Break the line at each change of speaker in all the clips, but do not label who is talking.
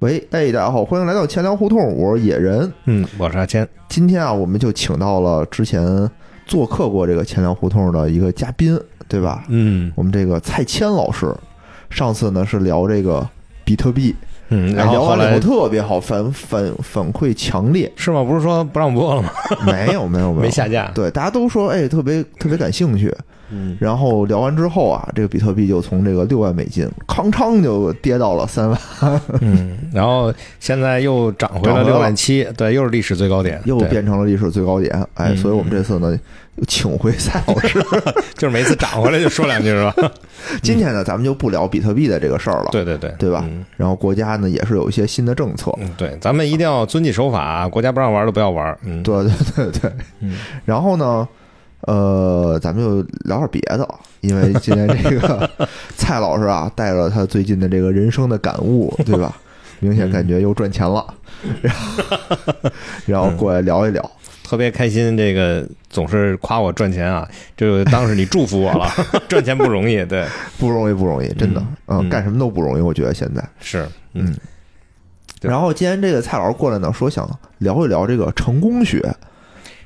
喂，哎，大家好，欢迎来到钱粮胡同，我是野人。
嗯，我是阿谦。
今天啊，我们就请到了之前做客过这个钱粮胡同的一个嘉宾，对吧？
嗯
我们这个蔡谦老师，上次呢是聊这个比特币，
嗯，
哎
然
聊
后后
完了以后
来。
特别好，反反反馈强烈
是吗？不是说不让播了吗？
没有没有没有，
没下架。
对，大家都说哎，特别特别感兴趣。
嗯，
然后聊完之后啊，这个比特币就从这个六万美金，哐当就跌到了三万，
嗯，然后现在又涨回
涨回
了
来
六
了
万七，对，又是历史最高点，
又
对
变成了历史最高点。哎，
嗯
所以我们这次呢，又请回蔡老师。
就是每次涨回来就说两句是 吧？
今天呢，咱们就不聊比特币的这个事儿了。
嗯对对对，
对吧
嗯
然后国家呢也是有一些新的政策，
嗯，对，咱们一定要遵纪守法，啊国家不让玩的不要玩。嗯，
对对对对。
嗯
然后呢，呃，咱们就聊点别的，因为今天这个 蔡老师啊，带着他最近的这个人生的感悟，对 吧？明
嗯
显感觉又赚钱了，然后然后过来聊一聊。
特别开心，这个总是夸我赚钱啊，就当是你祝福我 了，赚钱不容易，对，
不容易，不容易，真的，
嗯
嗯，
嗯
干什么都不容易，我觉得现在。
是，
嗯
嗯，对
然后今天这个蔡老师过来呢，说想聊一聊这个成功学，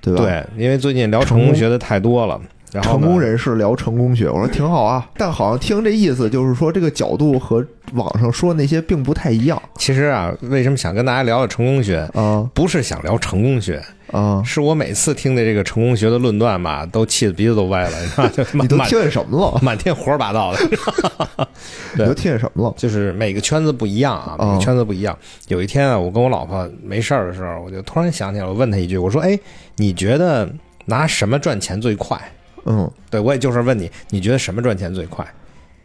对吧？
对，因为最近聊
成
成
功
功学的太多了，然后呢
成功人士聊成功学，我说挺好啊， 但好像听这意思就是说这个角度和网上说那些并不太一样
其实啊，为什么想跟大家聊聊成功学？
啊
不是想聊成功学，
啊！
是我每次听的这个成功学的论断吧，都气得鼻子都歪 了，你知道吗？就
你
满
都
满
听见什么了？
满天胡说八道的，
你都听见什么了？
就是每个圈子不一样啊，每
哦
个圈子不一样。有一天啊，我跟我老婆没事儿的时候，我就突然想起来，我问她一句，我说：“哎，你觉得拿什么赚钱最快？”
嗯，
对我也就是问你，你觉得什么赚钱最快？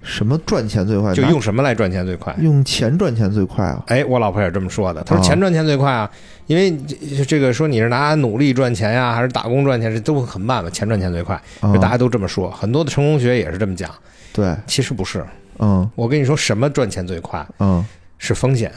什么赚钱最快？
就
啊拿
用什么来赚钱 最快？
用钱赚钱最快啊！
哎，我老婆也是这么说的。她说
啊
钱赚钱最快啊，因为这这个说你是拿努力赚钱呀，还是打工赚钱，这都很慢嘛。钱赚钱最快，
啊
就大家都这么说，很多的成功学也是这么讲。
对，
其实不是，
嗯
我跟你说，什么赚钱最快
嗯
是风险，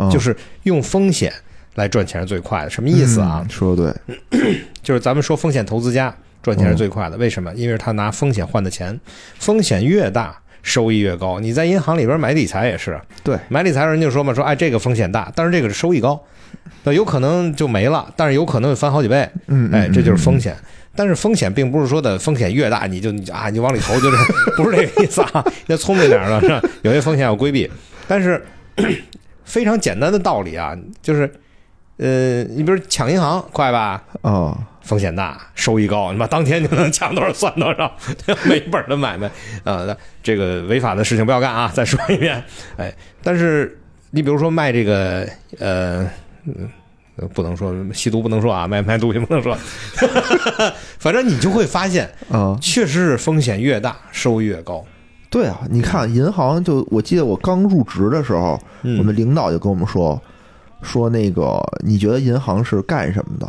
嗯，
就是用风险来赚钱是最快的。什么意思啊
嗯？说的对，
就是咱们说风险投资家赚钱是最快的，
嗯
为什么？因为他拿风险换的钱，风险越大。收益越高，你在银行里边买理财也是，
对，
买理财人就说嘛，说哎这个风险大，但是这个收益高，那有可能就没了，但是有可能会翻好几倍，
嗯，
哎，
嗯
这就是风险。但是风险并不是说的风险越大你就你就啊你往里投就是 不是这个意思啊，要聪明点儿了是吧？有些风险要规避，但是 非常简单的道理啊，就是呃，你比如抢银行快吧，
啊，
风险大，收益高，你妈当天就能抢多少算多少， 没本儿的买卖啊、那这个违法的事情不要干啊！再说一遍，哎，但是你比如说卖这个呃。嗯不能说吸毒，不能说啊，卖卖毒品不能说， 反正你就会发现，
啊，
确实是风险越大，收益越高。
对啊，你看银行就，我记得我刚入职的时候，
嗯
我们领导就跟我们说，说那个你觉得银行是干什么的？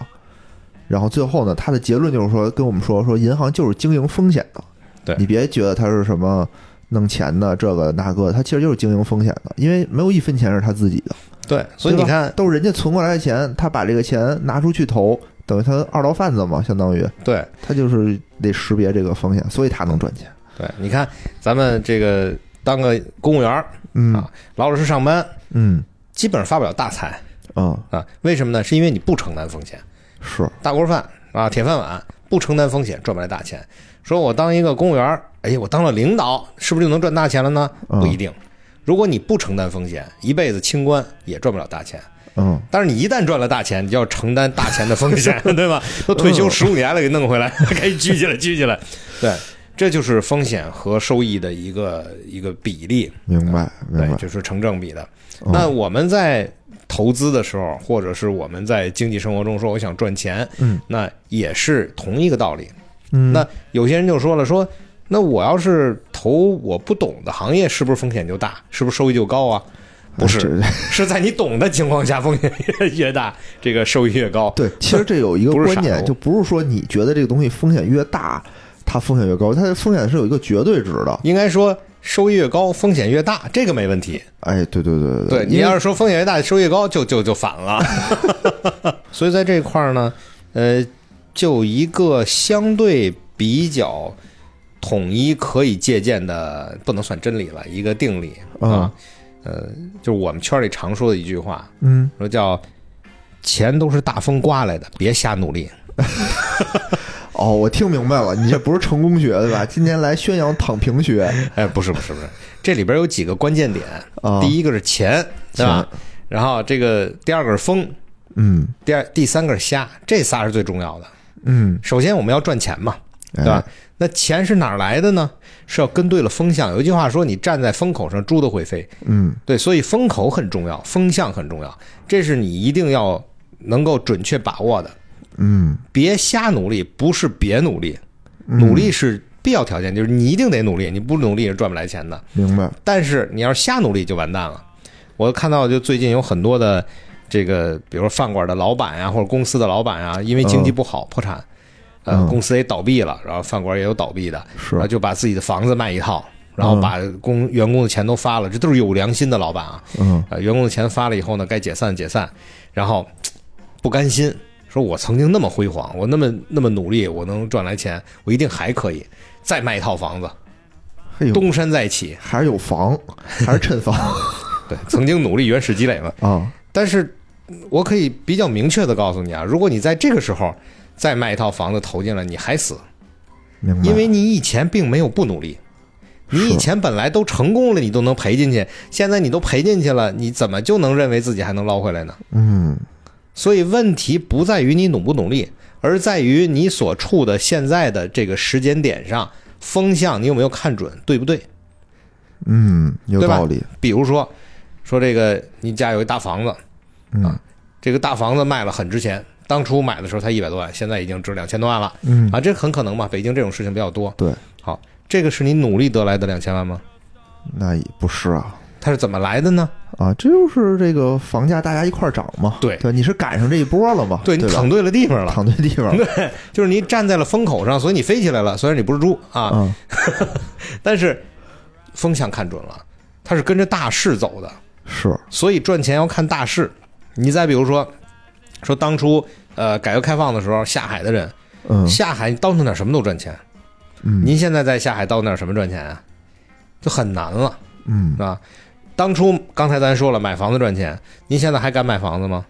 然后最后呢，他的结论就是说，跟我们说说银行就是经营风险的。
对
你别觉得它是什么弄钱的这个那个，它其实就是经营风险的，因为没有一分钱是他自己的。
对，所以
对
你
吧
看，
都是人家存过来的钱，他把这个钱拿出去投，等于他二道贩子嘛，相当于
对
他就是得识别这个风险，所以他能赚钱。
对，你看咱们这个当个公务员儿，
嗯
啊老老实实上班，
嗯
基本上发不了大财。
啊，
啊，为什么呢？是因为你不承担风险，
是
大锅饭啊，铁饭碗，不承担风险赚不来大钱。说我当一个公务员儿，哎呀，我当了领导，是不是就能赚大钱了呢？不一定。如果你不承担风险，一辈子清官也赚不了大钱。
嗯，
但是你一旦赚了大钱，你就要承担大钱的风险，对吧？都退休十五年了，给弄回来， 该拘起来，拘起来。对，这就是风险和收益的一个一个比例。
明白明
对，
白。
就是成正比的。
嗯
那我们在投资的时候，或者是我们在经济生活中说我想赚钱，
嗯，
那也是同一个道理。
嗯，
那有些人就说了说。那我要是投我不懂的行业，是不是风险就大？是不是收益就高啊？不
哎
是，
这
是在你懂的情况下，风险越越大，这个收益越高。
对，其实这有一个
不是
观
傻
点，
乎
就不是说你觉得这个东西风险越大，它风险越高，它的风险是有一个绝对值的。
应该说收益越高，风险越大，这个没问题。
哎，对对对
对
对，
你
因
要
为
是说风险越大，收益越高，就就就反 了。所以在这一块儿呢，呃，就一个相对比较统一可以借鉴的，不能算真理了，一个定理啊。
嗯
呃，就是我们圈里常说的一句话，
嗯，
说叫“钱都是大风刮来的，别瞎努力
哦，我听明白了，你这不是成功学对吧？今年来宣扬躺平学”。
哎，不是不是不是，这里边有几个关键点，
啊，
第一个是钱，对吧？然后这个第二个是风，
嗯
第二第三个是瞎，这仨是最重要的。
嗯，
首先我们要赚钱嘛，
哎
对吧？？那钱是哪儿来的呢？是要跟对了风向。有一句话说：“你站在风口上，猪都会飞。”
嗯
对，所以风口很重要，风向很重要，这是你一定要能够准确把握的。
嗯
别瞎努力，不是别努力，努力是必要条件，就是你一定得努力，你不努力是赚不来钱的。
明白，
但是你要是瞎努力就完蛋了。我看到就最近有很多的这个，比如说饭馆的老板呀、或者公司的老板啊，因为经济不好破产，呃，
嗯
公司也倒闭了，然后饭馆也有倒闭的，
是
啊然后就把自己的房子卖一套，然后把工员工的钱都发了，这都是有良心的老板啊。
嗯
呃，员工的钱发了以后呢，该解散解散，然后嘖不甘心，说我曾经那么辉煌，我那么那么努力，我能赚来钱，我一定还可以再卖一套房子，
嘿呦，
东山再起。
还是有房，还是趁房
对，曾经努力，原始积累嘛。
啊，
但是我可以比较明确的告诉你啊，如果你在这个时候再卖一套房子投进来，你还死，
明白？
因为你以前并没有不努力。你以前本来都成功了，你都能赔进去，现在你都赔进去了，你怎么就能认为自己还能捞回来呢？
嗯
所以问题不在于你努不努力，而在于你所处的现在的这个时间点上，风向你有没有看准，对不对？
嗯，有
对吧啊
道理，
比如说，说这个你家有一大房子，
嗯
这个大房子卖了很值钱，当初买的时候才一百多万，现在已经值两千多万了
嗯，
啊，这很可能嘛，北京这种事情比较多。
对，
好，这个是你努力得来的两千万吗？
那也不是啊。
它是怎么来的呢？
啊，这就是这个房价大家一块儿涨嘛，
对
对，你是赶上这一波了嘛，
对
对
你
吧，
躺对了地方了，啊
躺对地方了，
就是你站在了风口上，所以你飞起来了。虽然你不是猪啊，
啊，
但是风向看准了，它是跟着大势走的，
是，
所以赚钱要看大势。你再比如说，说当初呃改革开放的时候下海的人，
嗯
下海到那点什么都赚钱。
嗯，
您现在在下海到那什么赚钱啊？就很难了，
嗯
是吧？当初刚才咱说了买房子赚钱，您现在还敢买房子吗？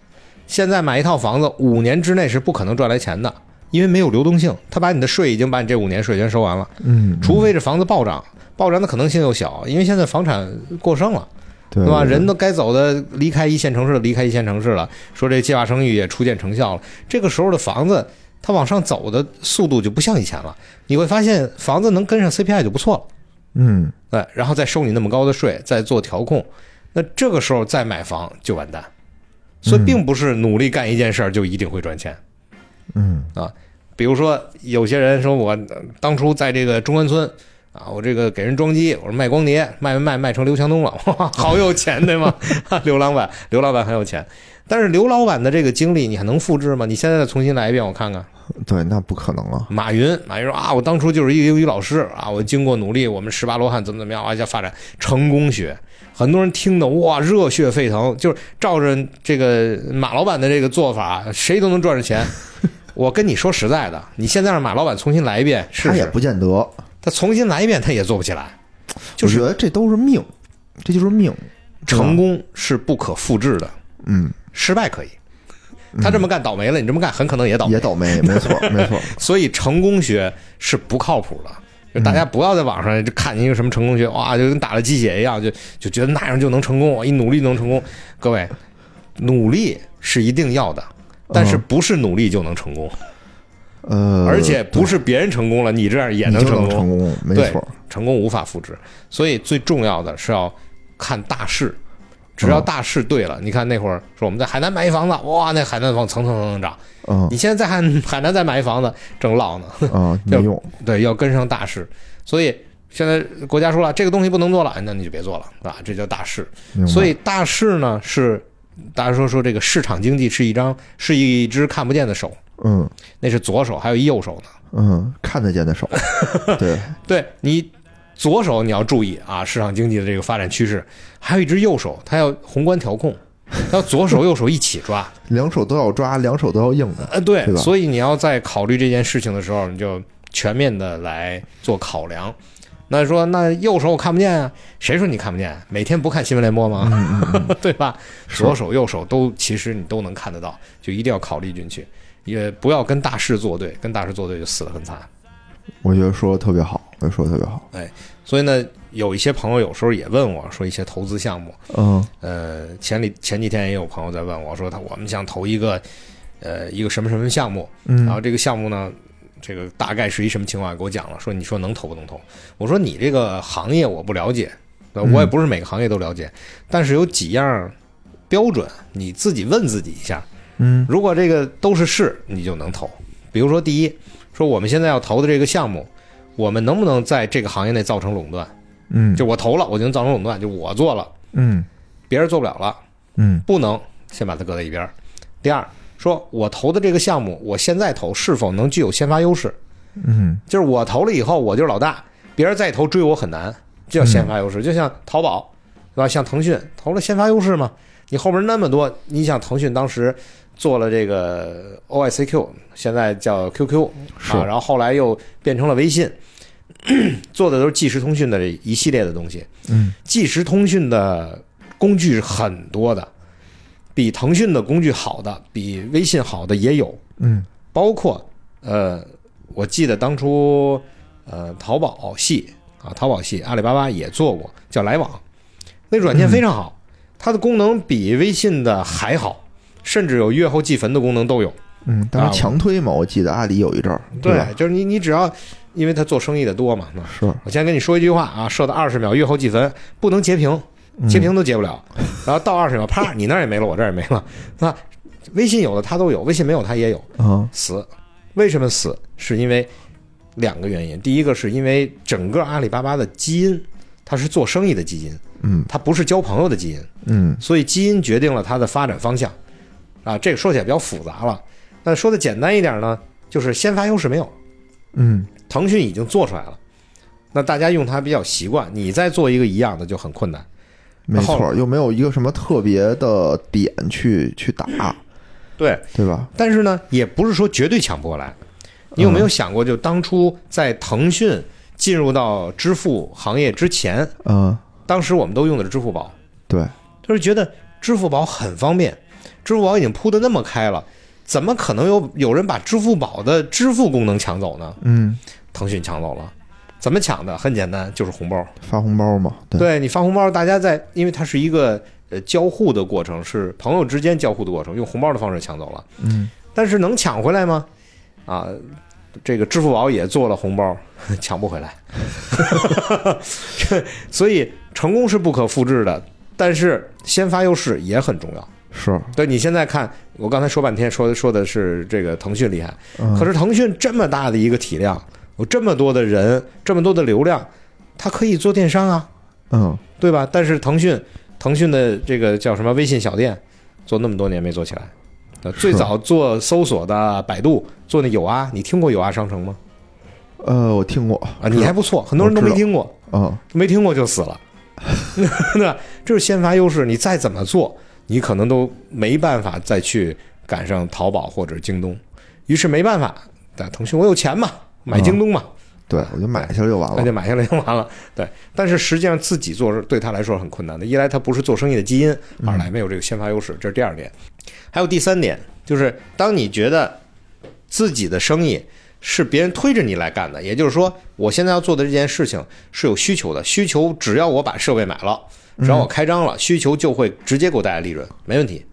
现在买一套房子，五年之内是不可能赚来钱的，因为没有流动性，他把你的税已经把你这五年税全收完了。
嗯，
除非这房子暴涨，暴涨的可能性又小，因为现在房产过剩了，
对
对吧？人都该走的离开一线城市的离开一线城市了，说这计划生育也初见成效了。这个时候的房子，它往上走的速度就不像以前了。你会发现房子能跟上 CPI 就不错了，
嗯，
哎，然后再收你那么高的税，再做调控，那这个时候再买房就完蛋。所以并不是努力干一件事儿就一定会赚钱。
嗯
比如说，有些人说我呃当初在这个中关村啊，我这个给人装机，我说卖光碟，卖卖卖卖成刘强东了， 哇，好有钱对吗？ 刘老板，刘老板很有钱，但是刘老板的这个经历你还能复制吗？你现在再重新来一遍，我看看。
嗯，对，那不可能啊，
马云，马云说啊，我当初就是一个英语老师啊，我经过努力，我们十八罗汉怎么怎么样啊，要发展成功学。很多人听得哇热血沸腾，就是照着这个马老板的这个做法，谁都能赚着钱。我跟你说实在的，你现在让马老板重新来一遍试
他也
试，
不见得，
他重新来一遍他也做不起来。就
我
是
觉得这都是命，这就是命，
成功是不可复制的，
嗯，
失败可以。他这么干倒霉了，你这么干很可能也倒霉
也。倒霉，没错，没 错，
所以成功学是不靠谱的。就大家
嗯
不要在网上就看一个什么成功学，哇，就跟打了鸡血一样，就就觉得那样就能成功，我一努力能成功。各位，努力是一定要的，但是不是努力就能成功，
嗯呃，
而且不是别人成功了，你这样也
你
能
就
成
能
功
成。功，没
对
错，
成功无法复制，所以最重要的是要看大势。只
嗯
要大势对了，你看那会儿说我们在海南买一房子，哇，那海南房层层层层涨。
嗯
你现在在海海南再买一房子，正落呢。
啊， 没
要
用，
对，要跟上大势。所以现在国家说了，这个东西不能做了，哎那你就别做了，啊，这叫大势。
明白
所以大势呢是，大家说说这个市场经济是一张是一只看不见的手，
嗯
那是左手，还有一右手呢。
嗯，看得见 的手，对，
对你左手你要注意啊，市场经济的这个发展趋势，还有一只右手，它要宏观调控，它要左手右手一起抓。
两手都要抓，两手都要硬的，
呃，对
对，吧
所以你要在考虑这件事情的时候，你就全面的来做考量。那说那右手我看不见啊，谁说你看不见？啊每天不看新闻联播吗？ 对吧？
嗯是
左手右手都其实你都能看得到，就一定要考虑进去，也不要跟大势作对，跟大势作对就死得很惨。
我觉得说的特别好，我觉得说的特别好。
所以呢，有一些朋友有时候也问我说一些投资项目，
嗯
呃，前里前几天也有朋友在问我说他我们想投一个，呃，一个什么什么项目，然后
嗯
这个项目呢，这个大概是一什么情况给我讲了，说你说能投不能投？我说你这个行业我不了解，呃
嗯
我也不是每个行业都了解，但是有几样标准你自己问自己一下，
嗯
如果这个都是是，你就能投。比如说第一，说我们现在要投的这个项目，我们能不能在这个行业内造成垄断？
嗯
就我投了，我就能造成垄断，就我做了，
嗯
别人做不了了。
嗯
不能，先把它搁在一边儿。第二，说我投的这个项目，我现在投是否能具有先发优势？
嗯
就是我投了以后，我就是老大，别人再投追我很难，这叫先发优势。就像淘宝，对吧？像腾讯投了先发优势嘛，你后边那么多，你想腾讯当时做了这个 OICQ，现在叫 QQ
是
啊，然后后来又变成了微信， 做的都是即时通讯的这一系列的东西。
嗯
即时通讯的工具是很多的，比腾讯的工具好的，比微信好的也有，
嗯
包括呃，我记得当初呃淘宝系啊，淘宝系阿里巴巴也做过，叫来往，那软件非常
嗯
好，它的功能比微信的还好，甚至有月后计分的功能都有。
嗯，当时强推嘛，我记得阿里有一阵儿，吧？
就是你你只要，因为它做生意的多嘛，那
是，
我先跟你说一句话啊，设到二十秒月后计分，不能截屏，截屏都截不了。然后到二十秒，啪，你那儿也没了，我这儿也没了。那微信有的它都有，微信没有它也有。
啊，
死，为什么死？是因为两个原因。第一个是因为整个阿里巴巴的基因，它是做生意的基因，
嗯
它不是交朋友的基因，
嗯
所以基因决定了它的发展方向。啊，这个说起来比较复杂了。那说的简单一点呢，就是先发优势没有，
嗯
腾讯已经做出来了，那大家用它比较习惯，你再做一个一样的就很困难。
没
后
错，又没有一个什么特别的点去去打，
对，
对吧？
但是呢，也不是说绝对抢不过来。你有没有想过，就当初在腾讯进入到支付行业之前，
嗯，
当时我们都用的是支付宝，
对，
就是觉得支付宝很方便，支付宝已经铺的那么开了，怎么可能有有人把支付宝的支付功能抢走呢？
嗯，
腾讯抢走了，怎么抢的？很简单，就是红包。
发红包嘛，对，
对你发红包，大家在，因为它是一个呃交互的过程，是朋友之间交互的过程，用红包的方式抢走了。
嗯，
但是能抢回来吗？啊，这个支付宝也做了红包， 抢不回来。这所以成功是不可复制的，但是先发优势也很重要。
是，
对你现在看，我刚才说半天说的说的是这个腾讯厉害，
嗯
可是腾讯这么大的一个体量，有这么多的人，这么多的流量，它可以做电商啊。
嗯，
对吧？但是腾讯，腾讯的这个叫什么微信小店，做那么多年没做起来。呃最早做搜索的百度做那有啊，你听过有啊商城吗？
呃，我听过
啊，你还不错，很多人都没听过，
嗯
没听过就死了。那这是先发优势，你再怎么做，你可能都没办法再去赶上淘宝或者京东。于是没办法，但腾讯我有钱嘛，买京东嘛，
对，我就买下来就完
那
了，
就买下来就完了。对，但是实际上自己做是对他来说是很困难的，一来他不是做生意的基因，二
嗯
来没有这个先发优势，这是第二点。还有第三点，就是当你觉得自己的生意是别人推着你来干的，也就是说，我现在要做的这件事情是有需求的，需求只要我把设备买了，只
嗯
要我开张了，需求就会直接给我带来利润，没问题。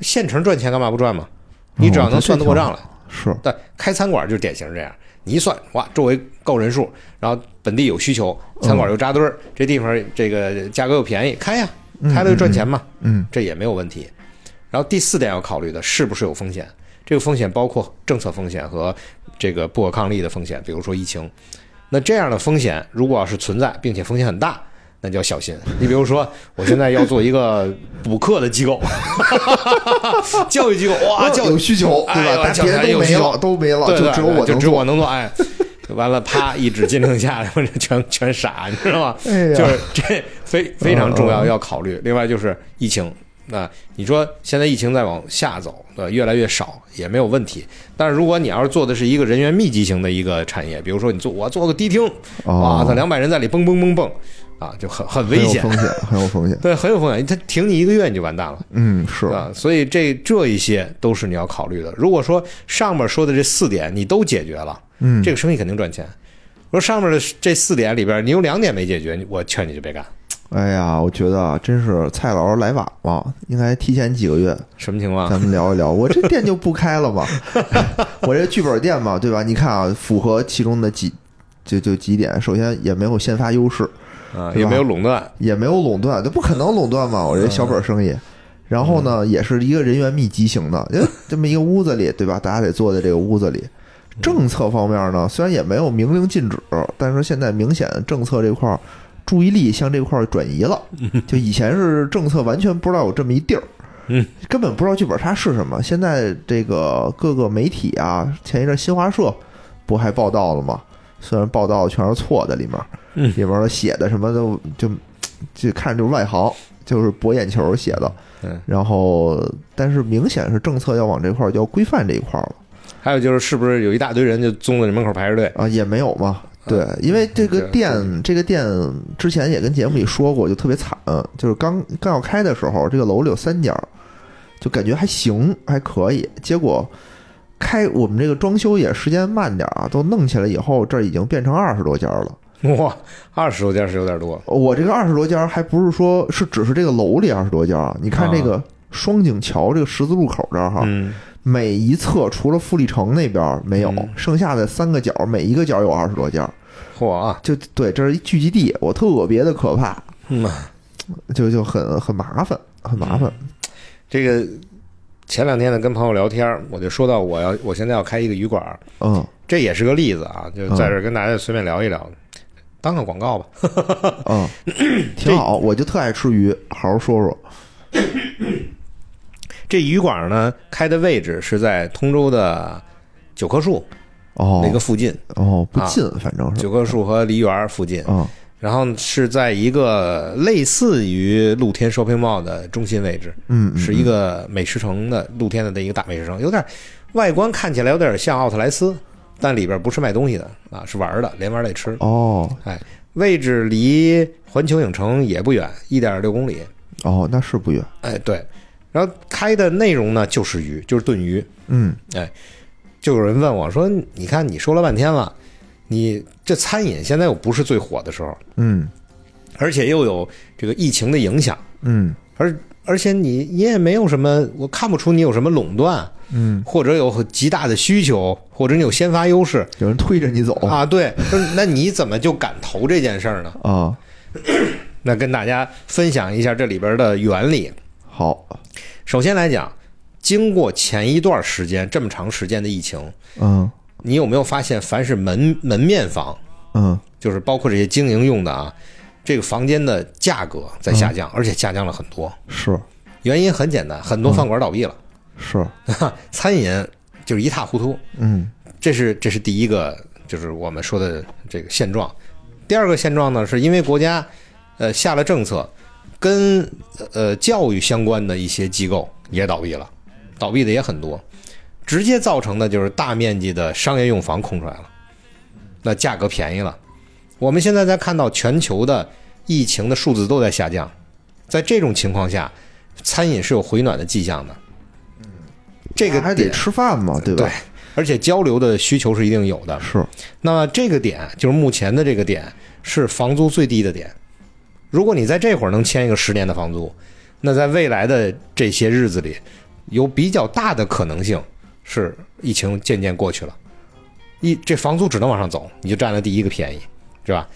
现成赚钱干嘛不赚嘛？
哦
你只要能算得过账来。
是，
但开餐馆就典型这样，你一算，哇，周围够人数，然后本地有需求，
嗯
餐馆又扎堆儿，这地方这个价格又便宜，开呀，开了就赚钱嘛，
嗯
这也没有问题。然后第四点要考虑的是不是有风险，这个风险包括政策风险和这个不可抗力的风险，比如说疫情。那这样的风险如果要是存在，并且风险很大，那就要小心。你比如说，我现在要做一个补课的机构， 教育机构，哇，教育
有需求，
哎
对
呦
吧？但
教
别
材
人都
有需
没
求
了，都没了，
对
就
对
只有我
对就
能
只有
做，
我能做，哎，完了，啪，一指金令下，然后这全全傻，你知道吗？
哎呀嗯
就是这非非常重要，要考虑。另外就是疫情，那你说现在疫情在往下走，对吧？越来越少也没有问题。但是如果你要是做的是一个人员密集型的一个产业，比如说你做我做个迪厅，哇
哦
塞，，两百人在里蹦蹦蹦蹦，啊，就很很
很
危
有
险，
风险，很有风险。
对，很有风险。他停你一个月你就完蛋了。
嗯，是
对，吧？啊所以这这一些都是你要考虑的。如果说上面说的这四点你都解决了，
嗯，
这个生意肯定赚钱。说上面的这四点里边，你有两点没解决，你我劝你就别干。
哎呀，我觉得啊，真是蔡老师来晚了，应该提前几个月
什么情况？
咱们聊一 聊。我这店就不开了嘛， 我这剧本店嘛，对吧？你看啊，符合其中的几就就几点，首先也没有先发优势，
啊，
对吧
也没有垄断，
也没有垄断，这不可能垄断嘛，我
嗯
这小本生意。然后呢，也是一个人员密集型的，因为这么一个屋子里，对吧？大家得坐在这个屋子里。
嗯
政策方面呢，虽然也没有明令禁止，但是现在明显政策这块儿注意力向这块儿转移了。就以前是政策完全不知道有这么一地儿，
嗯，
根本不知道剧本杀是什么。现在这个各个媒体啊，前一阵新华社不还报道了吗？虽然报道全是错的，里面
嗯
里面写的什么都就就看着就是外行，就是博眼球写的。
嗯，
然后但是明显是政策要往这块儿要规范这一块儿了
还有就是是不是有一大堆人就宗在你门口排着队？
啊，也没有嘛。对，因为这个
对
店，这个店之前也跟节目里说过，就特别惨，就是刚刚要开的时候，这个楼里有三家，就感觉还行，还可以。结果开我们这个装修也时间慢点儿啊，都弄起来以后，这儿已经变成二十多家了。
哇，二十多家是有点多了。
我这个二十多家还不是说是只是这个楼里二十多家啊，你看这个双井桥这个十字路口这儿哈，
嗯，
每一侧除了富力城那边儿没有
嗯，
剩下的三个角每一个角有二十多家，
嚯啊，
就对，这是一聚集地，我特别的可怕，
嗯，
就就很很麻烦，很麻烦。
这个前两天呢跟朋友聊天儿，我就说到我要我现在要开一个鱼馆儿，
嗯
这也是个例子啊，就在这儿跟大家随便聊一聊，当个广告吧。
嗯， 挺好，我就特爱吃鱼，好好说说。
这鱼馆呢，开的位置是在通州的九棵树
哦
那个啊附近，
哦，不近，反正是
九棵树和梨园附近，
嗯
然后是在一个类似于露天 shopping mall 的中心位置，
嗯，嗯
是一个美食城的露天的一个大美食城，有点外观看起来有点像奥特莱斯，但里边不是卖东西的啊，是玩的，连玩带吃。
哦
位置离环球影城也不远，一点六公里。
哦，那是不远。
哎，对，然后开的内容呢就是鱼，就是炖鱼。
嗯
哎就有人问我说：“你看，你说了半天了，你这餐饮现在又不是最火的时候，
嗯
而且又有这个疫情的影响，
嗯
而而且你你也没有什么，我看不出你有什么垄断，
嗯，
或者有极大的需求，或者你有先发优势
有人推着你走
啊。对，不是那你怎么就敢投这件事儿呢？
啊，
那跟大家分享一下这里边的原理。
好，
首先来讲，经过前一段时间这么长时间的疫情，
嗯
你有没有发现，凡是门门面房？
嗯
就是包括这些经营用的啊，这个房间的价格在下降，而且下降了很多。
是
原因很简单，很多饭馆倒闭了，
是，
餐饮就是一塌糊涂。
嗯
这是这是第一个，就是我们说的这个现状。第二个现状呢，是因为国家呃下了政策，跟呃教育相关的一些机构也倒闭了，倒闭的也很多，直接造成的就是大面积的商业用房空出来了，那价格便宜了。我们现在在看到全球的疫情的数字都在下降，在这种情况下，餐饮是有回暖的迹象的。这个
嗯还得
点
吃饭嘛，对吧？
而且交流的需求是一定有的。
是，
那么这个点就是目前的这个点是房租最低的点。如果你在这会儿能签一个十年的房租，那在未来的这些日子里，有比较大的可能性是疫情渐渐过去了，一这房租只能往上走，你就占了第一个便宜，是吧？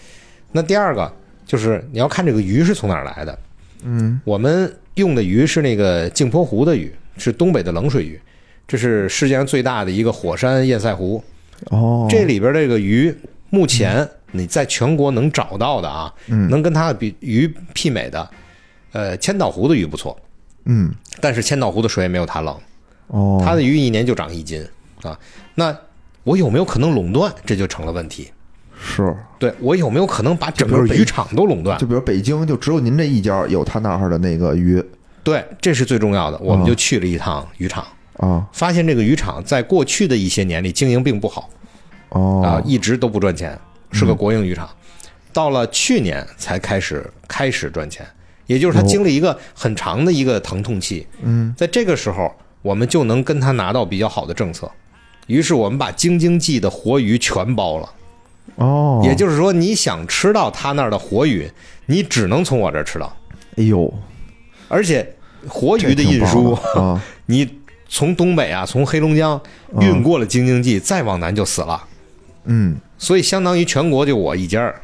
那第二个就是你要看这个鱼是从哪儿来的。
嗯
我们用的鱼是那个镜泊湖的鱼，是东北的冷水鱼，这是世界上最大的一个火山堰塞湖。
哦，
这里边这个鱼，目前你在全国能找到的啊，
嗯
能跟它比鱼媲美的，呃，千岛湖的鱼不错，
嗯
但是千岛湖的水也没有它冷，
哦，
它的鱼一年就长一斤啊。那我有没有可能垄断？这就成了问题。
是
对我有没有可能把整个
就是北
渔场都垄断？
就比如北京，就只有您这一家有他那儿的那个鱼，
对，这是最重要的。我们就去了一趟渔场，
啊
发现这个渔场在过去的一些年里经营并不好啊
哦，嗯
一直都不赚钱，是个国营渔场。到了去年才开始开始赚钱，也就是他经历一个很长的一个疼痛期。
嗯
在这个时候，我们就能跟他拿到比较好的政策。于是我们把京津冀的活鱼全包了，
哦，
也就是说，你想吃到他那儿的活鱼，你只能从我这儿吃到，
哎呦，
而且活
这
鱼的
挺
运
棒
输，
的啊，
你从东北啊，从黑龙江运过了京津冀，再往南就死了。
嗯
所以相当于全国就我一家儿，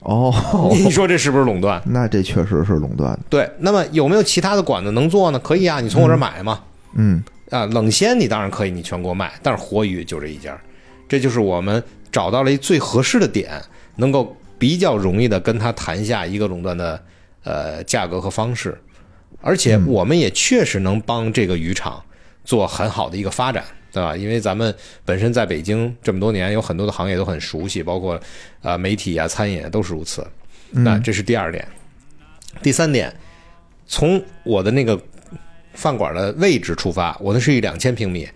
哦，
你说这是不是垄断？
那这确实是垄断，
对，那么有没有其他的馆子能做呢？可以啊，你从我这儿买嘛。
嗯
啊，冷鲜你当然可以，你全国卖，但是活鱼就这一家儿，这就是我们找到了一最合适的点，能够比较容易的跟他谈下一个垄断的呃价格和方式，而且我们也确实能帮这个渔场做很好的一个发展，对吧？因为咱们本身在北京这么多年，有很多的行业都很熟悉，包括呃媒体啊、餐饮啊都是如此。那
嗯
这是第二点。第三点，从我的那个饭馆的位置出发，我那是一两千平米，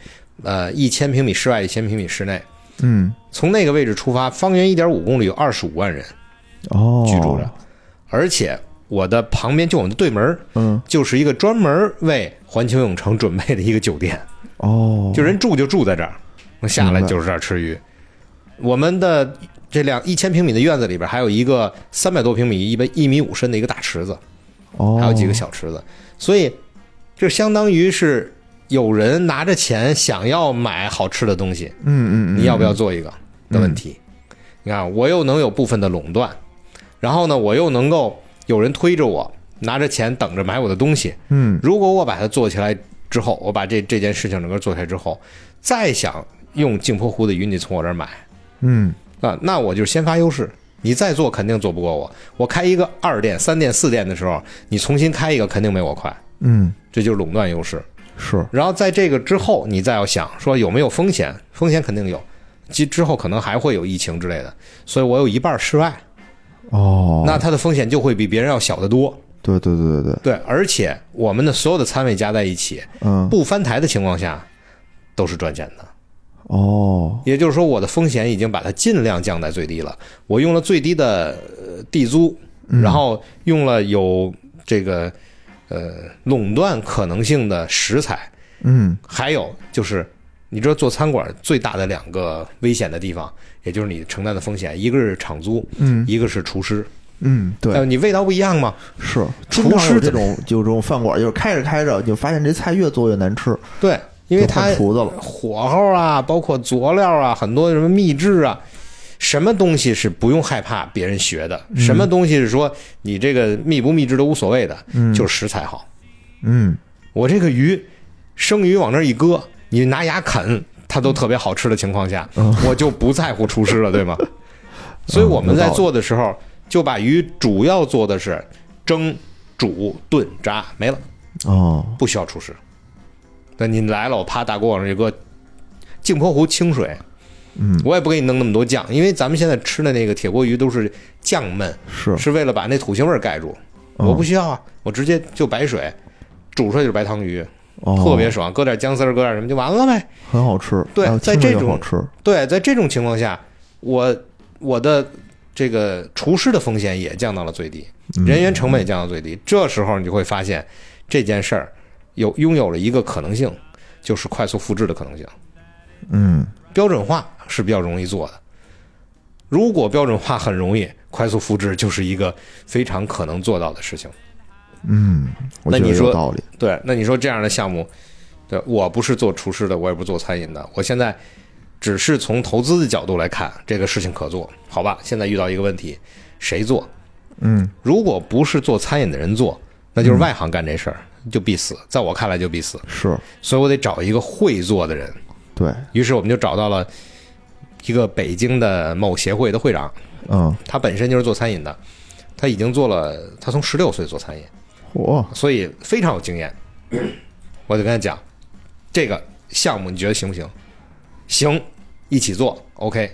呃，一千平米室外，一千平米室内。
嗯
从那个位置出发，方圆一点五公里有二十五万人
哦，
居住着，而且我的旁边就我们的对门儿
嗯
就是一个专门为环球影城准备的一个酒店，
哦，
就人住就住在这儿，我下来
明白
就是这儿吃鱼。我们的这两一千平米的院子里边还有一个三百多平米、一百一米五深的一个大池子，
哦，
还有几个小池子，所以这相当于是有人拿着钱想要买好吃的东西，
嗯，嗯嗯，嗯
你要不要做一个的问题？你看，我又能有部分的垄断，然后呢，我又能够有人推着我拿着钱等着买我的东西。
嗯
如果我把它做起来之后，我把这这件事情整个做起来之后，再想用镜泊湖的鱼，你从我这儿买
嗯
啊，那我就先发优势。你再做肯定做不过我，我开一个二店、三店、四店的时候，你重新开一个肯定没我快。
嗯
这就是垄断优势。
是
然后在这个之后，你再要想说有没有风险，风险肯定有，其之后可能还会有疫情之类的，所以我有一半室外，
哦，
那它的风险就会比别人要小得多。
对对对对对，
对，而且我们的所有的摊位加在一起，
嗯
不翻台的情况下都是赚钱的。
哦
也就是说，我的风险已经把它尽量降在最低了。我用了最低的呃地租，然后用了有这个呃垄断可能性的食材，
嗯
还有就是，你知道做餐馆最大的两个危险的地方，也就是你承担的风险，一个是场租，
嗯
一个是厨师。
嗯对
呃，你味道不一样嘛？
是，经
厨
常有
师
这
怎么
种就这种饭馆，就是开着开着你就发现这菜越做越难吃，
对，因为
就换
它
厨子了，
火候啊，包括佐料啊，很多什么秘制啊，什么东西是不用害怕别人学的，
嗯
什么东西是说你这个秘不秘制都无所谓的，
嗯
就是食材好。
嗯
我这个鱼，生鱼往那儿一搁，你拿牙啃，它都特别好吃的情况下，
嗯
我就不在乎厨师 了，对吗？所以我们在做的时候，就把鱼主要做的是蒸、煮、炖、炸，没了，
哦
不需要厨师。那你来了，我啪大锅往这一搁，镜泊湖清水，
嗯，
我也不给你弄那么多酱，因为咱们现在吃的那个铁锅鱼都是酱焖，
是
是为了把那土腥味儿盖住。
嗯
我不需要啊，我直接就白水煮出来就是白汤鱼，
哦
特别爽，搁点姜丝儿，搁点什么就完了呗。
很好吃，
对
还有
在
听着
这
就
种
好吃，
对，在这种情况下，我我的这个厨师的风险也降到了最低，
嗯
人员成本也降到最低。这时候你就会发现这件事儿有拥有了一个可能性，就是快速复制的可能性。
嗯
标准化是比较容易做的。如果标准化很容易，快速复制就是一个非常可能做到的事情。
嗯，我觉得
那你
有
说
道理，
对，那你说这样的项目，对我不是做厨师的，我也不是做餐饮的，我现在只是从投资的角度来看这个事情可做，好吧？现在遇到一个问题，谁做？
嗯
如果不是做餐饮的人做，那就是外行干这事儿，就必死。在我看来就必死，
是
所以我得找一个会做的人。
对，
于是我们就找到了一个北京的某协会的会长，
嗯，
他本身就是做餐饮的，他已经做了，他从十六岁做餐饮。
嚯，
所以非常有经验。我就跟他讲，这个项目你觉得行不行？行，一起做，OK。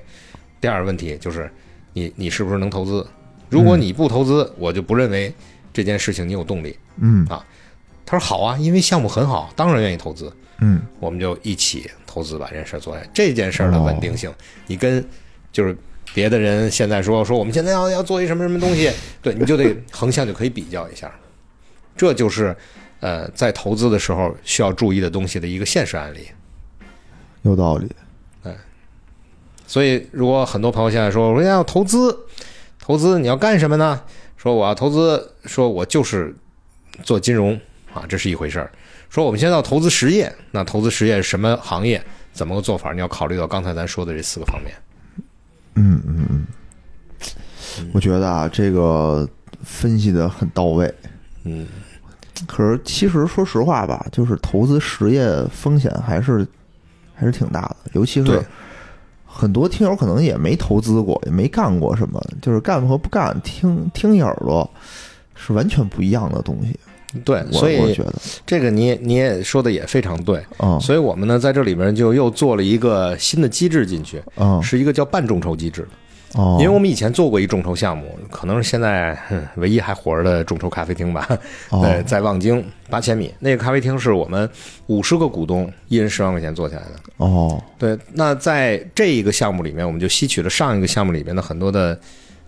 第二个问题就是你你是不是能投资？如果你不投资，我就不认为这件事情你有动力。
嗯
他说好啊，因为项目很好，当然愿意投资。
嗯，
我们就一起投资把这件事儿做下来。这件事儿的稳定性，你跟就是别的人现在说说我们现在要要做一什么什么东西，对，你就得横向就可以比较一下。这就是呃，在投资的时候需要注意的东西的一个现实案例。
有道理。
所以，如果很多朋友现在说我要投资，投资你要干什么呢？说我要投资，说我就是做金融啊，这是一回事儿。说我们现在要投资实业，那投资实业是什么行业，怎么个做法？你要考虑到刚才咱说的这四个方面。
嗯嗯嗯，我觉得啊，这个分析的很到位。
嗯，
可是其实说实话吧，就是投资实业风险还是还是挺大的，尤其
对
是很多听友可能也没投资过，也没干过什么，就是干和不干，听听一耳朵是完全不一样的东西。
对，
我
嗯所
我
以
觉得，
这个你也你也说的也非常对。
嗯
所以我们呢，在这里边就又做了一个新的机制进去，
嗯
是一个叫半众筹机制。
哦，
因为我们以前做过一众筹项目，可能是现在哼唯一还活着的众筹咖啡厅吧，
哦
在在望京八千米那个咖啡厅是我们五十个股东，一人十万块钱做起来的。
哦
对，那在这一个项目里面，我们就吸取了上一个项目里面的很多的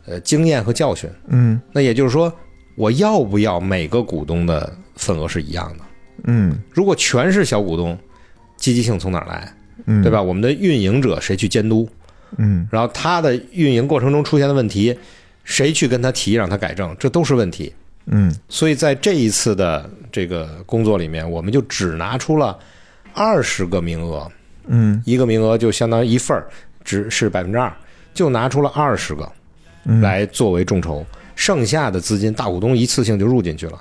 呃经验和教训。
嗯
那也就是说，我要不要每个股东的份额是一样的？
嗯
如果全是小股东，积极性从哪儿来？
嗯，
对？吧？我们的运营者谁去监督？
嗯
然后他的运营过程中出现的问题，谁去跟他提让他改正，这都是问题。
嗯
所以在这一次的这个工作里面，我们就只拿出了二十个名额，
嗯
一个名额就相当于一份儿，只是百分之二，就拿出了二十个
嗯，
来作为众筹，剩下的资金大股东一次性就入进去了。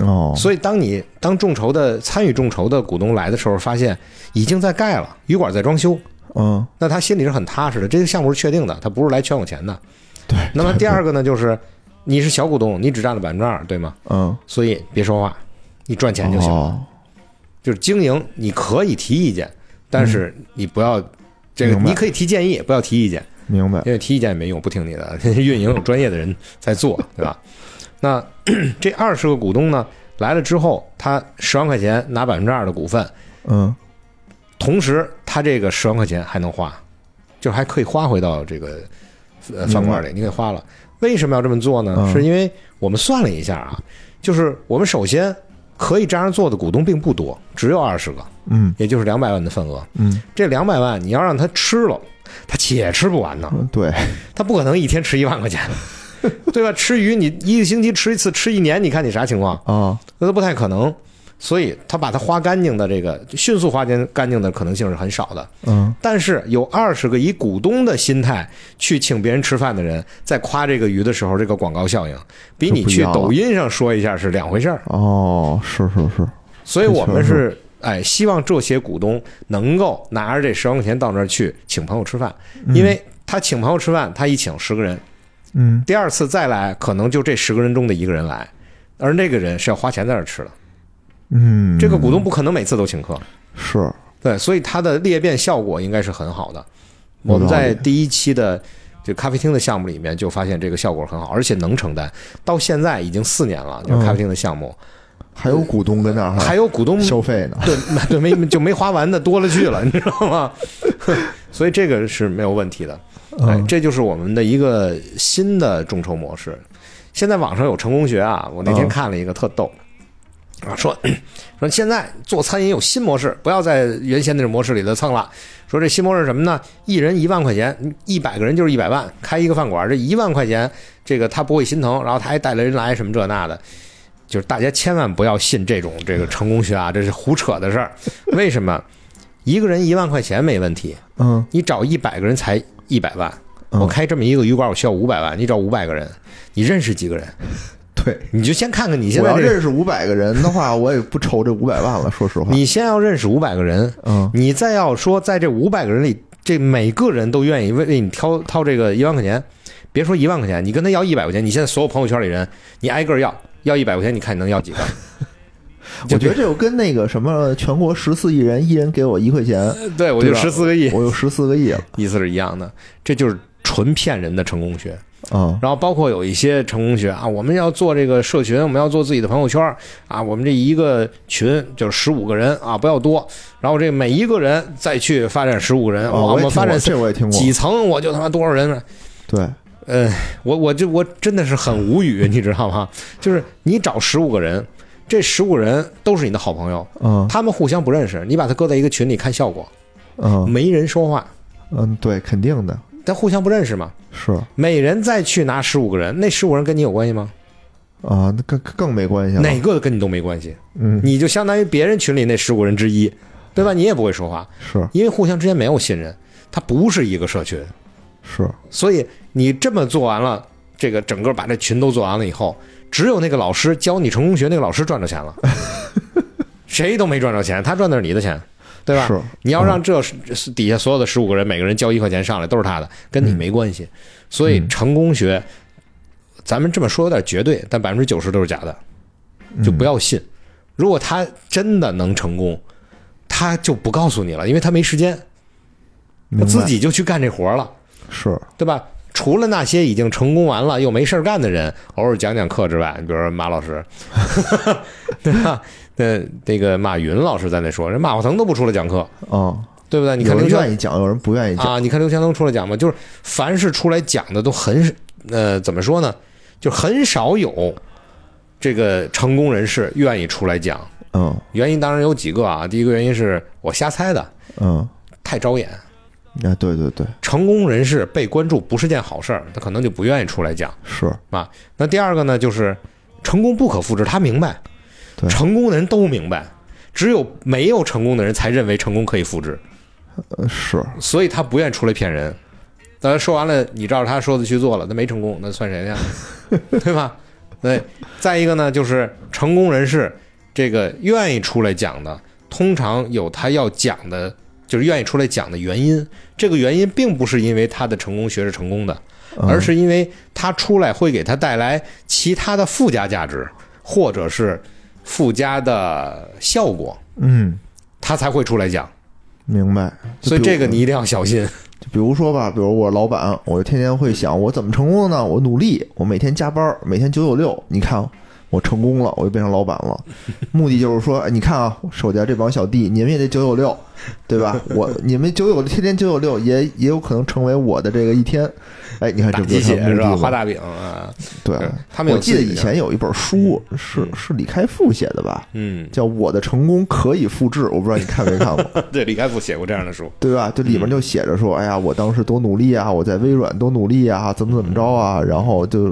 哦，
所以当你当众筹的参与众筹的股东来的时候，发现已经在盖了，鱼馆在装修，
嗯
那他心里是很踏实的，这个项目是确定的，他不是来圈我钱的。
对。
那么第二个呢，就是你是小股东，你只占了百分之二，对吗？
嗯，
所以别说话，你赚钱就行。
哦
就是经营，你可以提意见，但是你不要这个，
嗯明白
你可以提建议，不要提意见，
明白。
因为提意见也没用，不听你的。 运营有专业的人在做，对吧？那 这二十个股东呢来了之后，他十万块钱拿百分之二的股份，
嗯
同时他这个十万块钱还能花，就还可以花回到这个呃饭馆里，你给花了。为什么要这么做呢？
嗯
是因为我们算了一下啊，就是我们首先可以这样做的股东并不多，只有二十个，
嗯
也就是两百万的份额。
嗯
这两百万你要让他吃了，他且吃不完呢，
嗯，对，
他不可能一天吃一万块钱， 对吧？吃鱼你一个星期吃一次，吃一年你看你啥情况？
啊，
那都不太可能。所以他把它花干净的这个迅速花干干净的可能性是很少的。
嗯
但是有二十个以股东的心态去请别人吃饭的人，在夸这个鱼的时候，这个广告效应比你
就不
去
一样了
抖音上说一下是两回 事儿。
哦，是是是，
所以我们
确
是哎，希望这些股东能够拿着这十万块钱到那儿去请朋友吃饭，因为他请朋友吃饭，他一请十个人，
嗯
第二次再来可能就这十个人中的一个人来，而那个人是要花钱在那儿吃的。
嗯，
这个股东不可能每次都请客，
是
对，所以它的裂变效果应该是很好的。
有道理
我们在第一期的这咖啡厅的项目里面就发现这个效果很好，而且能承担。到现在已经四年了，就是咖啡厅的项目，
还有股东跟那儿
还
还
有股东
消费呢。
对对没就没花完的多了去了，你知道吗？ 所以这个是没有问题的。
嗯
哎，这就是我们的一个新的众筹模式。现在网上有成功学啊，我那天
嗯
看了一个特逗，啊，说说现在做餐饮有新模式，不要在原先那种模式里头蹭了。说这新模式是什么呢？一人一万块钱，一百个人就是一百万，开一个饭馆，这一万块钱，这个他不会心疼，然后他还带了人来什么这那的。就是大家千万不要信这种这个成功学啊，这是胡扯的事儿。为什么？一个人一万块钱没问题，
嗯，
你找一百个人才一百万。
嗯
我开这么一个鱼馆，我需要五百万，你找五百个人，你认识几个人？
对，
你就先看看你现
我
在
要
这个，
认识五百个人的 话，我也不愁这五百万了。说实话，
你先要认识五百个人，
嗯
你再要说在这五百个人里，这每个人都愿意为为你掏掏这个一万块钱，别说一万块钱，你跟他要一百块钱，你现在所有朋友圈里人，你挨个儿要要一百块钱，你看你能要几个？
我觉得这就跟那个什么全国十四亿人，一人给我一块 钱，
对我就
对吧
十四个亿，
我有十四个亿了。
意思是一样的，这就是纯骗人的成功学。
啊
然后包括有一些成功学啊，我们要做这个社群，我们要做自己的朋友圈儿啊，我们这一个群就是十五个人啊，不要多。然后这每一个人再去发展十五个人，
啊！
我
也
们
听
发
过，
展
这我也听过，
几层我就他妈多少人了。
对，
呃，我我就我真的是很无语，你知道吗？就是你找十五个人，这十五人都是你的好朋友，
嗯
他们互相不认识，你把他搁在一个群里看效果，
嗯
没人说话，
嗯，对，肯定的
但互相不认识嘛。
是
每人再去拿十五个人，那十五人跟你有关系吗？
啊，那更更没关系了，
哪个跟你都没关系，
嗯
你就相当于别人群里那十五人之一，对吧？你也不会说话，
是
因为互相之间没有信任，它不是一个社群，
是
所以你这么做完了，这个整个把这群都做完了以后，只有那个老师教你成功学那个老师赚着钱了，谁都没赚着钱，他赚的是你的钱，对吧？
是，
你要让这这底下所有的十五个人，每个人交一块钱上来，都是他的，跟你
嗯
没关系。所以成功学，咱们这么说有点绝对，但百分之九十都是假的，就不
嗯
要信。如果他真的能成功，他就不告诉你了，因为他没时间，他
明
自
白
己就去干这活了，
是
对吧？除了那些已经成功完了又没事儿干的人，偶尔讲讲课之外，你比如说马老 师，对吧？那那个马云老师在那说，人马化腾都不出来讲课，
啊，
对不对？你
有
看
人
刘强
愿意讲，有人不愿意讲，
啊，你看刘强东出来讲嘛，就是凡是出来讲的都很呃，怎么说呢？就很少有这个成功人士愿意出来讲。
嗯
原因当然有几个啊，第一个原因是我瞎猜的，
嗯，
太招眼。
啊，对对对，
成功人士被关注不是件好事儿，他可能就不愿意出来讲
是
啊。那第二个呢，就是成功不可复制，他明白
对，
成功的人都明白，只有没有成功的人才认为成功可以复制。
呃是
所以他不愿意出来骗人。当然说完了，你照着他说的去做了，那没成功，那算谁 的呀？对吧？对。再一个呢，就是成功人士这个愿意出来讲的，通常有他要讲的，就是愿意出来讲的原因。这个原因并不是因为他的成功学是成功的，
嗯
而是因为他出来会给他带来其他的附加价值，或者是附加的效果，
嗯，
他才会出来讲。
明白。就
所以
比如
这个你一定要小心。
就比如说吧，比如我老板，我就天天会想，我怎么成功的呢？我努力，我每天加班，每天九九六。你看，我成功了，我就变成老板了。目的就是说，哎你看啊，手底下这帮小弟，你们也得九九六，对吧？我你们九九天天九九六，也也有可能成为我的这个一天。哎，你看
打
这不
鸡
是
血
他的
是
目的
吧？
吗
画大饼啊，
对
对，他们有
我记得
自己
以
的
前有一本书是是李开复写的吧，
嗯，
叫《我的成功可以复制》，我不知道你看没看过。
对，李开复写过这样的书，
对吧？就
嗯
里面就写着说，哎呀，我当时多努力啊，我在微软多努力啊，怎么怎么着啊，然后就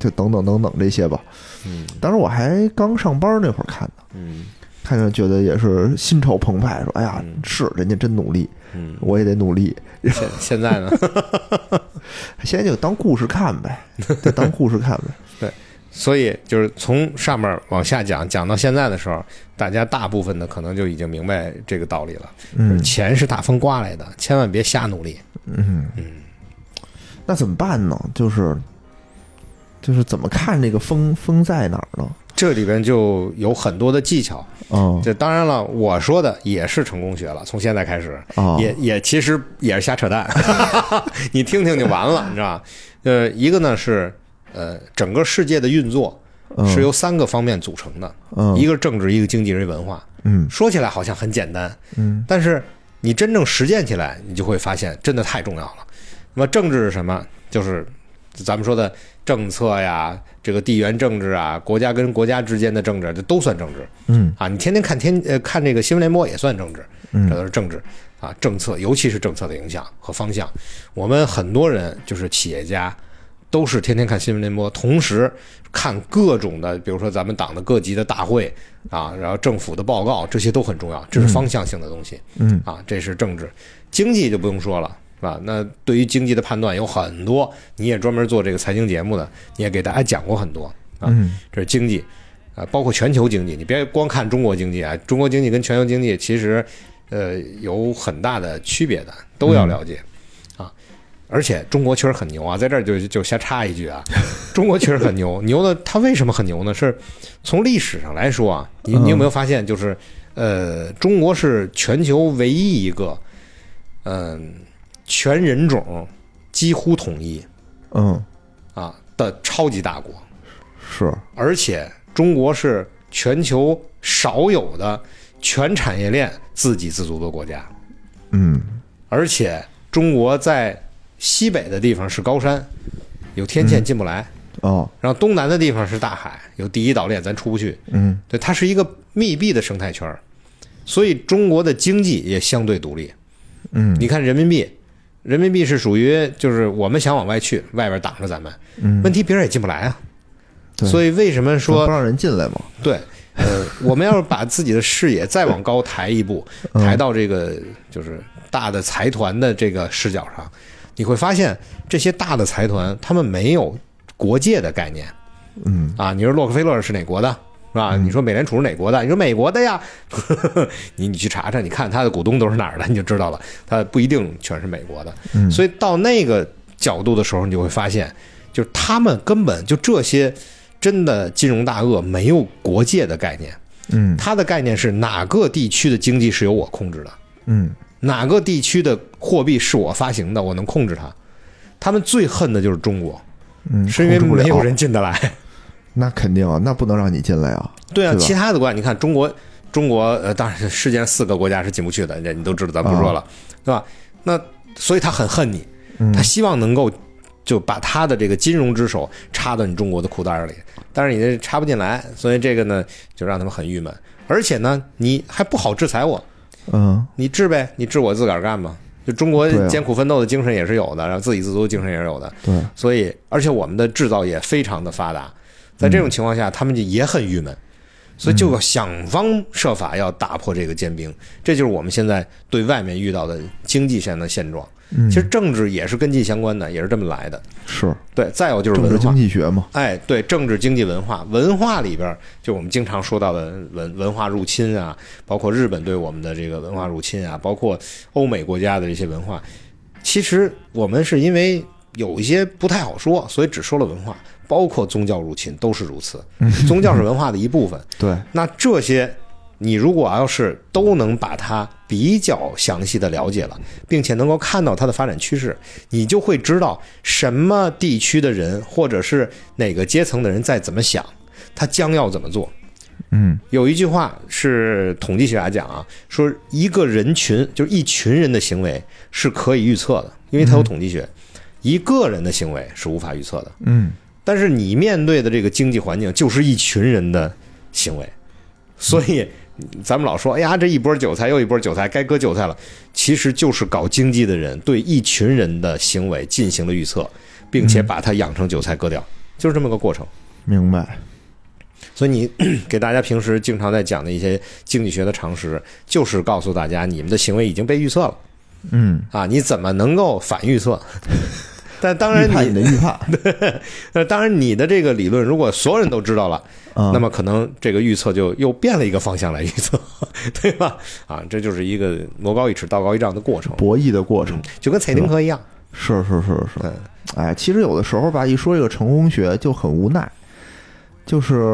就等等等等这些吧。
嗯
当时我还刚上班那会儿看的，
嗯
看着觉得也是心潮澎湃，说，哎呀
嗯，
是人家真努力，
嗯，
我也得努力。
现现在呢，
现在就当故事看呗，就当故事看呗。
所以就是从上面往下讲，讲到现在的时候，大家大部分的可能就已经明白这个道理了。
嗯
钱是大风刮来的，千万别瞎努力。
嗯
嗯，
那怎么办呢？就是就是怎么看这个风风在哪儿呢？
这里边就有很多的技巧。
嗯
这当然了，我说的也是成功学了，从现在开始。
啊，
也也其实也是瞎扯淡， 你听听就完了，你知道吧？呃，一个呢是呃整个世界的运作
嗯
是由三个方面组成的，
嗯
一个是政治，一个经济，一个文化。
嗯
说起来好像很简单，
嗯
但是你真正实践起来，你就会发现真的太重要了。那么政治是什么？就是咱们说的政策呀，这个地缘政治啊，国家跟国家之间的政治，这都算政治。
嗯
啊，你天天看天呃看这个新闻联播也算政治，
嗯
这都是政治啊，政策，尤其是政策的影响和方向。我们很多人就是企业家，都是天天看新闻联播，同时看各种的，比如说咱们党的各级的大会啊，然后政府的报告，这些都很重要，这是方向性的东西
嗯
啊，这是政治，经济就不用说了。是吧？那对于经济的判断有很多，你也专门做这个财经节目的，你也给大家讲过很多。啊
嗯
这是经济啊，包括全球经济，你别光看中国经济啊，中国经济跟全球经济其实呃有很大的区别的，都要了解、啊。而且中国确实很牛啊，在这儿就就瞎插一句啊，中国确实很牛， 牛的它为什么很牛呢？是从历史上来说啊，你你有没有发现就是呃，中国是全球唯一一个呃嗯、全人种几乎统一。
嗯
啊的超级大国，
是
而且中国是全球少有的全产业链自给自足的国家，
嗯
而且中国在西北的地方是高山，有天堑进不来，
哦
然后东南的地方是大海，有第一岛链咱出不去，
嗯
对，它是一个密闭的生态圈儿，所以中国的经济也相对独立。
嗯
你看人民币，人民币是属于就是我们想往外去，外边挡着咱们，
嗯，
问题别人也进不来啊。
对
所以为什么
咱
说
不让人进来嘛？
对，呃， 我们要是把自己的视野再往高抬一步，
嗯
抬到这个就是大的财团的这个视角上，你会发现这些大的财团他们没有国界的概念
嗯
啊。你说洛克菲勒是哪国的？是吧？你说美联储是哪国的？你说美国的呀？ 你你去查查，你看他的股东都是哪儿的，你就知道了。他不一定全是美国的。
嗯，
所以到那个角度的时候，你就会发现，就是他们根本就这些真的金融大鳄没有国界的概念，
嗯
他的概念是哪个地区的经济是由我控制的，
嗯
哪个地区的货币是我发行的，我能控制它。他们最恨的就是中国，
嗯，
是因为
控制不了
没有人进得来。
那肯定啊，那不能让你进来啊。
对啊，
对吧
其他的国家，你看中国，中国呃，当然世界上四个国家是进不去的，人你都知道，咱不说了，对吧？那所以他很恨你，
嗯
他希望能够就把他的这个金融之手插到你中国的裤袋里，但是你这插不进来，所以这个呢就让他们很郁闷。而且呢，你还不好制裁我，
嗯
你治呗，你治我自个儿干吧。就中国
对啊
艰苦奋斗的精神也是有的，然后自给自足的精神也是有的，
对，
所以而且我们的制造业非常的发达，在这种情况下，他们就也很郁闷，所以就要想方设法要打破这个坚冰，这就是我们现在对外面遇到的经济上的现状。
嗯
其实政治也是跟经济相关的，也是这么来的。
是
对，再有就是
政治
文化
经，济学嘛。
哎，对，政治、经济、文化，文化里边儿就我们经常说到的文文化入侵啊，包括日本对我们的这个文化入侵啊，包括欧美国家的这些文化，其实我们是因为有一些不太好说，所以只说了文化，包括宗教入侵都是如此，宗教是文化的一部分。
对，
那这些你如果要是都能把它比较详细的了解了，并且能够看到它的发展趋势，你就会知道什么地区的人或者是哪个阶层的人在怎么想，他将要怎么做。
嗯
有一句话是统计学家讲啊，说一个人群就是一群人的行为是可以预测的，因为它有统计学。一个人的行为是无法预测的，
嗯
但是你面对的这个经济环境就是一群人的行为，所以咱们老说，哎呀，这一波韭菜又一波韭菜，该割韭菜了。其实就是搞经济的人对一群人的行为进行了预测，并且把它养成韭菜割掉，就是这么个过程。
明白。
所以你 给大家平时经常在讲的一些经济学的常识，就是告诉大家你们的行为已经被预测了
嗯，
啊，你怎么能够反预测？ 但当然
预判
你
你的预判
呃，当然你的这个理论，如果所有人都知道了。
啊，
那么可能这个预测就又变了一个方向来预测， 对吧？啊，这就是一个魔高一尺，道高一丈的过程，
博弈的过程
就跟蔡丁格一样。
是是是是。
对，
哎，其实有的时候吧，一说这个成功学就很无奈，就是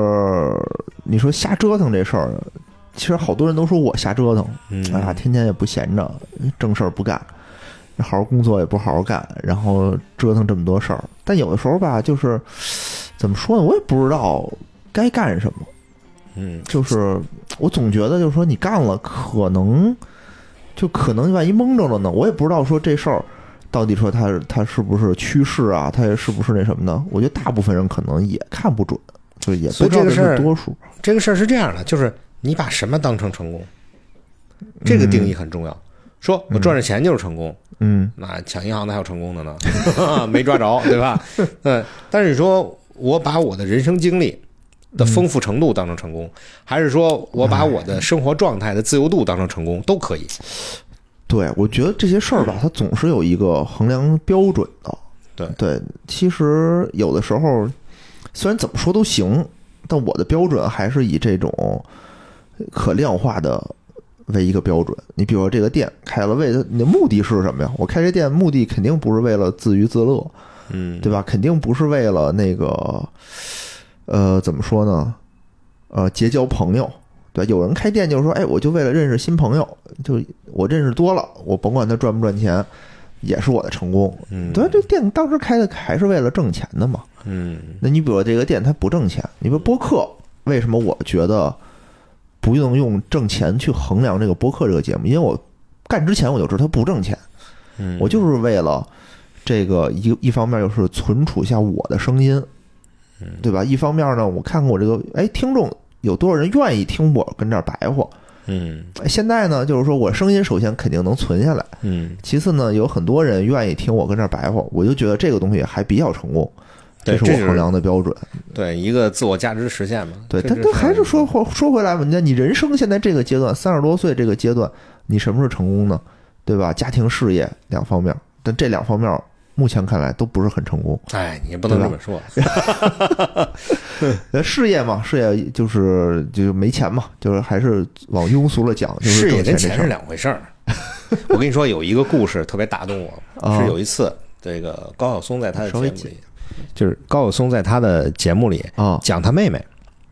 你说瞎折腾这事儿，其实好多人都说我瞎折腾，
嗯
哎呀，天天也不闲着，正事儿不干，好好工作也不好好干，然后折腾这么多事儿。但有的时候吧，就是怎么说呢，我也不知道该干什么。
嗯，
就是我总觉得，就是说你干了，可能就可能万一蒙着了呢，我也不知道说这事儿到底说它是它是不是趋势啊，它是不是那什么呢？我觉得大部分人可能也看不准，就也不
所以
知道
这个事儿
是多数。
这个事儿是这样的，就是你把什么当成成功，这个定义很重要。说我赚着钱就是成功，
嗯
那抢银行的还有成功的呢， 没抓着，对吧？嗯，但是你说我把我的人生经历的丰富程度当成成功，还是说我把我的生活状态的自由度当成成功，都可以。
对，我觉得这些事儿吧，它总是有一个衡量标准的。
对
对，其实有的时候虽然怎么说都行，但我的标准还是以这种可量化的为一个标准。你比如说这个店开了，为了你的目的是什么呀？我开这店目的肯定不是为了自娱自乐，
嗯，
对吧？肯定不是为了那个，呃，怎么说呢？呃，结交朋友，对吧有人开店就是说，哎，我就为了认识新朋友，就我认识多了，我甭管他赚不赚钱，也是我的成功。
嗯，
对吧，这店当时开的还是为了挣钱的嘛。
嗯
那你比如这个店它不挣钱，你说播客为什么我觉得不用用挣钱去衡量这个播客这个节目？因为我干之前我就知道它不挣钱，
嗯，
我就是为了这个一一方面就是存储一下我的声音，
嗯
对吧？一方面呢，我看看我这个哎听众有多少人愿意听我跟这儿白话。
嗯
哎现在呢，就是说我声音首先肯定能存下来，
嗯，
其次呢，有很多人愿意听我跟这儿白话，我就觉得这个东西还比较成功，
对
是
这
我
是
衡量的标准。
对一个自我价值实现嘛。
对，
这
但
是
但还是说回说回来吧，那你人生现在这个阶段，三十多岁这个阶段，你什么是成功呢？对吧？家庭、事业两方面，但这两方面目前看来都不是很成功。
哎，你也不能
对
这
吧
么说。
呃，事业嘛，事业就是就是没钱嘛，就是还是往庸俗了讲，就是
事业
挣
跟
这事
钱呃是
儿。
两回事儿。 我跟你说，有一个故事特别打动我，
啊
是有一次这个高晓松在他的节
稍
目
微
里，就是高晓松在他的节目里
啊
讲他妹妹，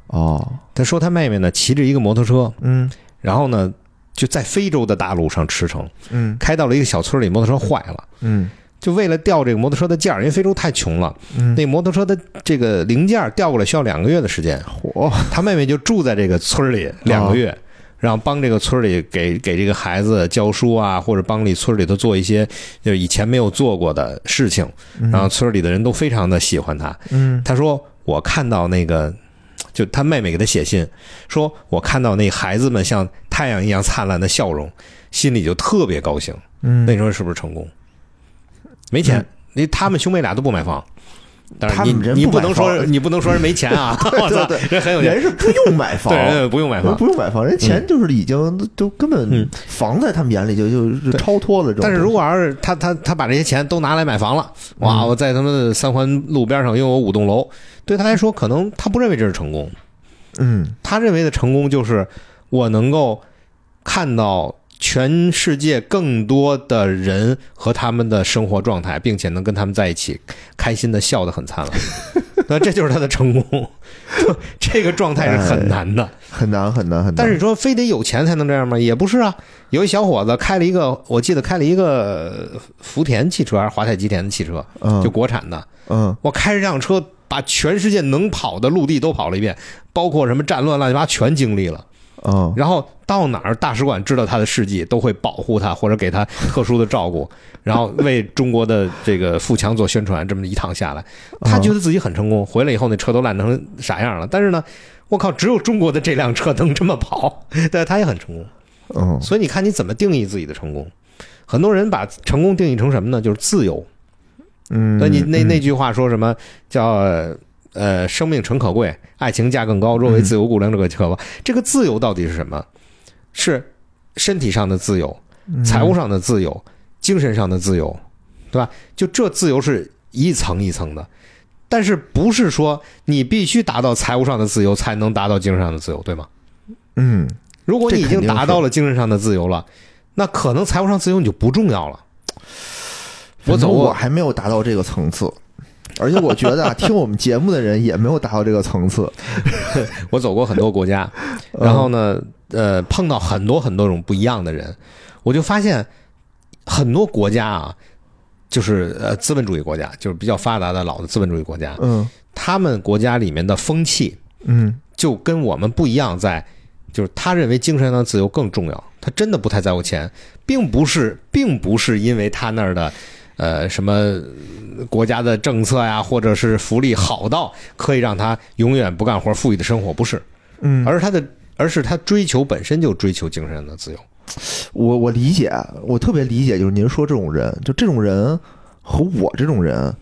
哦，
他说他妹妹呢骑着一个摩托车，
嗯
然后呢就在非洲的大路上驰骋，
嗯
开到了一个小村里，摩托车坏了。
嗯
就为了调这个摩托车的件儿，因为非洲太穷了，
嗯，
那摩托车的这个零件儿调过来需要两个月的 时间。
火
他妹妹就住在这个村儿里两个月，
哦
然后帮这个村儿里给给这个孩子教书啊，或者帮里村儿里头做一些就是以前没有做过的事情，然后村儿里的人都非常的喜欢他。
嗯
他说：“我看到那个，就他妹妹给他写信，说我看到那孩子们像太阳一样灿烂的笑容，心里就特别高兴。那
嗯，
你说是不是成功？没钱，那、他们兄妹俩都不买房。”但是
他
你
们人
你
不
不
买
能说
房
你不能说人没 钱啊！我操，人很有钱，
人是不用买房
对，。人不用买
人
房。
不用买房，人钱就是已经都都根
嗯
本房在他们眼里就就是超脱了这种东西。
但是如果要是他他他把这些钱都拿来买房了，哇！
嗯
我在他妈的三环路边上拥有五栋楼，对他来说，可能他不认为这是成功，
嗯，
他认为的成功就是我能够看到全世界更多的人和他们的生活状态，并且能跟他们在一起开心的笑得很灿烂。那这就是他的成功，这个状态是很难的。
很难很难很难。
但是你说非得有钱才能这样吗？也不是啊。有一小伙子开了一个，我记得开了一个呃福田汽车还是华泰吉田的汽车，
嗯
就国产的。
嗯
我开着这辆车，把全世界能跑的陆地都跑了一遍，包括什么战乱乱七八糟全经历了。
嗯
然后到哪儿，大使馆知道他的事迹，都会保护他或者给他特殊的照顾，然后为中国的这个富强做宣传。这么一趟下来，他觉得自己很成功。回来以后，那车都烂成啥样了？但是呢，我靠，只有中国的这辆车能这么跑，但他也很成功。
嗯
所以你看你怎么定义自己的成功？很多人把成功定义成什么呢？就是自由。
嗯，
那你那那句话说什么叫呃，生命诚可贵，爱情价更高，若
嗯
为自由故，仍这个可吧？这个自由到底是什么？是身体上的自由，
嗯
财务上的自由，精神上的自由，对吧？就这自由是一层一层的，但是不是说你必须达到财务上的自由才能达到精神上的自由，对吗？
嗯
如果你已
这肯
经
定是
达到了精神上的自由了，那可能财务上自由你就不重要了。我
反正
走啊
我
过，
还没有达到这个层次，而且我觉得啊，听我们节目的人也没有达到这个层次。
我走过很多国家，然后呢，呃，碰到很多很多种不一样的人，我就发现很多国家啊，就是呃资本主义国家，就是比较发达的老的资本主义国家，
嗯
他们国家里面的风气
嗯
就跟我们不一样在，就是他认为精神上的自由更重要，他真的不太在乎钱，并不是，并不是因为他那儿的。呃，什么国家的政策呀，或者是福利好到可以让他永远不干活、富裕的生活，不是？
嗯，
而是他的，而是他追求本身就追求精神上的自由。
我我理解，我特别理解，就是您说这种人，就这种人和我这种人，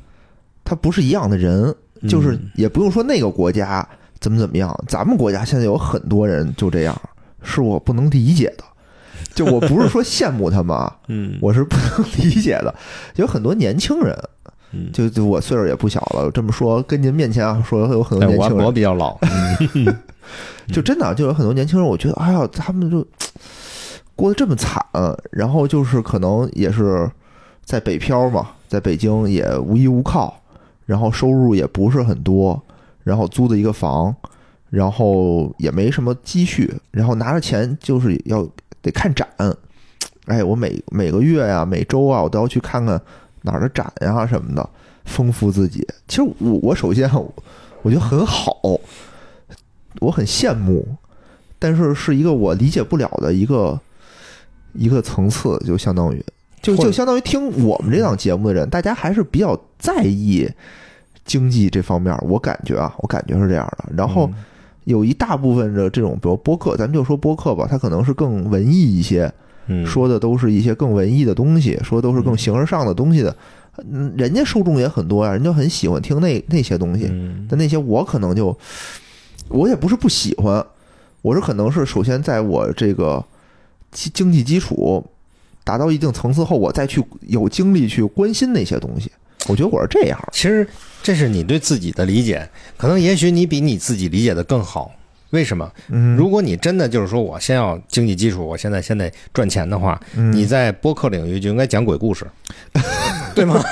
他不是一样的人，
嗯
就是也不用说那个国家怎么怎么样，咱们国家现在有很多人就这样，是我不能理解的。就我不是说羡慕他们啊，
嗯
我是不能 理解的。有很多年轻人，
嗯
就就我岁数也不小了，这么说跟您面前啊说有很多
哎，
年
我
轻
我
人，
比较老，
就真的啊就有很多年轻人，我觉得哎呀，他们就过得这么惨，然后就是呃可能也是在北漂嘛，在北京也无依无靠，然后收入也不是很多，然后租的一个房，然后也没什么积蓄，然后拿着钱就是要得看展，哎，我每每个月呀、每周啊，我都要去看看哪儿的展呀、什么的，丰富自己。其实我我首先我我觉得很好，我很羡慕，但是是一个我理解不了的一个一个层次，就相当于就
或者
就相当于听我们这档节目的人，大家还是比较在意经济这方面，我感觉啊，我感觉是这样的。然后。
嗯
有一大部分的这种，比如播客，咱们就说播客吧，它可能是更文艺一些，
嗯
说的都是一些更文艺的东西，说都是更形而上的东西的。嗯，人家受众也很多呀、人家很喜欢听那那些东西，
嗯
但那些我可能就，我也不是不喜欢，我是可能是首先在我这个经经济基础达到一定层次后，我再去有精力去关心那些东西。我觉得我是这样，
其实这是你对自己的理解，可能也许你比你自己理解的更好。为什么？
嗯
如果你真的就是说我先要经济基础，我现在先得赚钱的话，你在播客领域就应该讲鬼故 事，对 吗？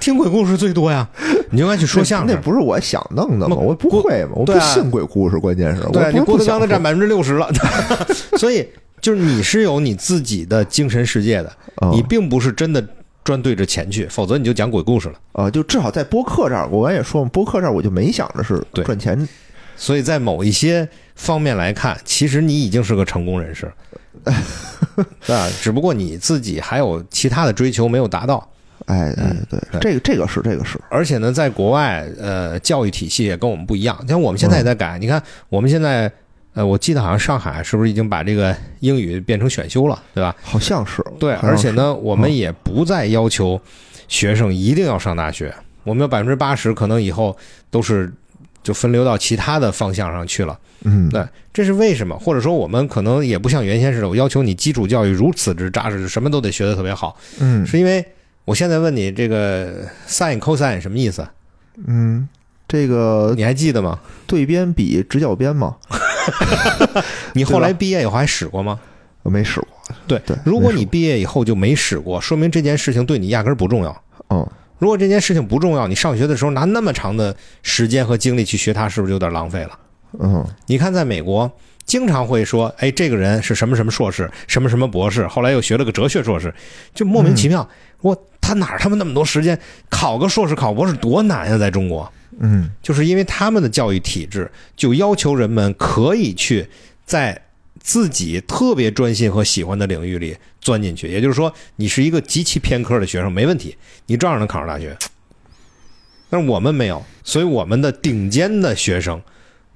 听鬼故事最多呀，你就应该去说相
那
声
那。不是我想弄的嘛，
那
我不会嘛，我不
对啊
信鬼故事，关键是我
对，啊
不
你
是
郭
不
德
想
纲都占
说
百分之 六十了， 所以就是你是有你自己的精神世界的，
嗯
你并不是真的专对着钱去，否则你就讲鬼故事了。
啊，就至少在播客这儿，我刚才也说嘛，播客这儿我就没想着是
对
赚钱，
所以在某一些方面来看，其实你已经是个成功人士， 对吧？只不过你自己还有其他的追求没有达到，
哎哎，对
对，
这个这个是这个是，
而且呢，在国外，呃，教育体系也跟我们不一样。像我们现在也在
嗯
改，你看我们现在，呃，我记得好像上海是不是已经把这个英语变成选修了，对吧？
好像是
对，
好像
而且呢，我们
嗯
也不再要求学生一定要上大学，我们有百分之八十可能以后都是就分流到其他的方向上去了。
嗯，
对，这是为什么？或者说，我们可能也不像原先似的，我要求你基础教育如此之扎实，什么都得学得特别好，
嗯
是因为我现在问你这个 sin、cosine 什么意思？
嗯，这个
你还记得吗？
对边比直角边嘛，
你后来
对
毕业以后还使过吗？
我没使过，
对
对，
如果
没
你毕业以后就没使过，说明这件事情对你压根儿不重要。
嗯，
如果这件事情不重要，你上学的时候拿那么长的时间和精力去学它，是不是有点浪费了？
嗯
你看，在美国经常会说，哎，这个人是什么什么硕士，什么什么博士，后来又学了个哲学硕士，就莫名其妙。我他哪儿他妈那么多时间考个硕士、考博士多难啊呀、在中国，
嗯
就是因为他们的教育体制就要求人们可以去在。自己特别专心和喜欢的领域里钻进去，也就是说，你是一个极其偏科的学生，没问题，你照样能考上大学。但是我们没有，所以我们的顶尖的学生，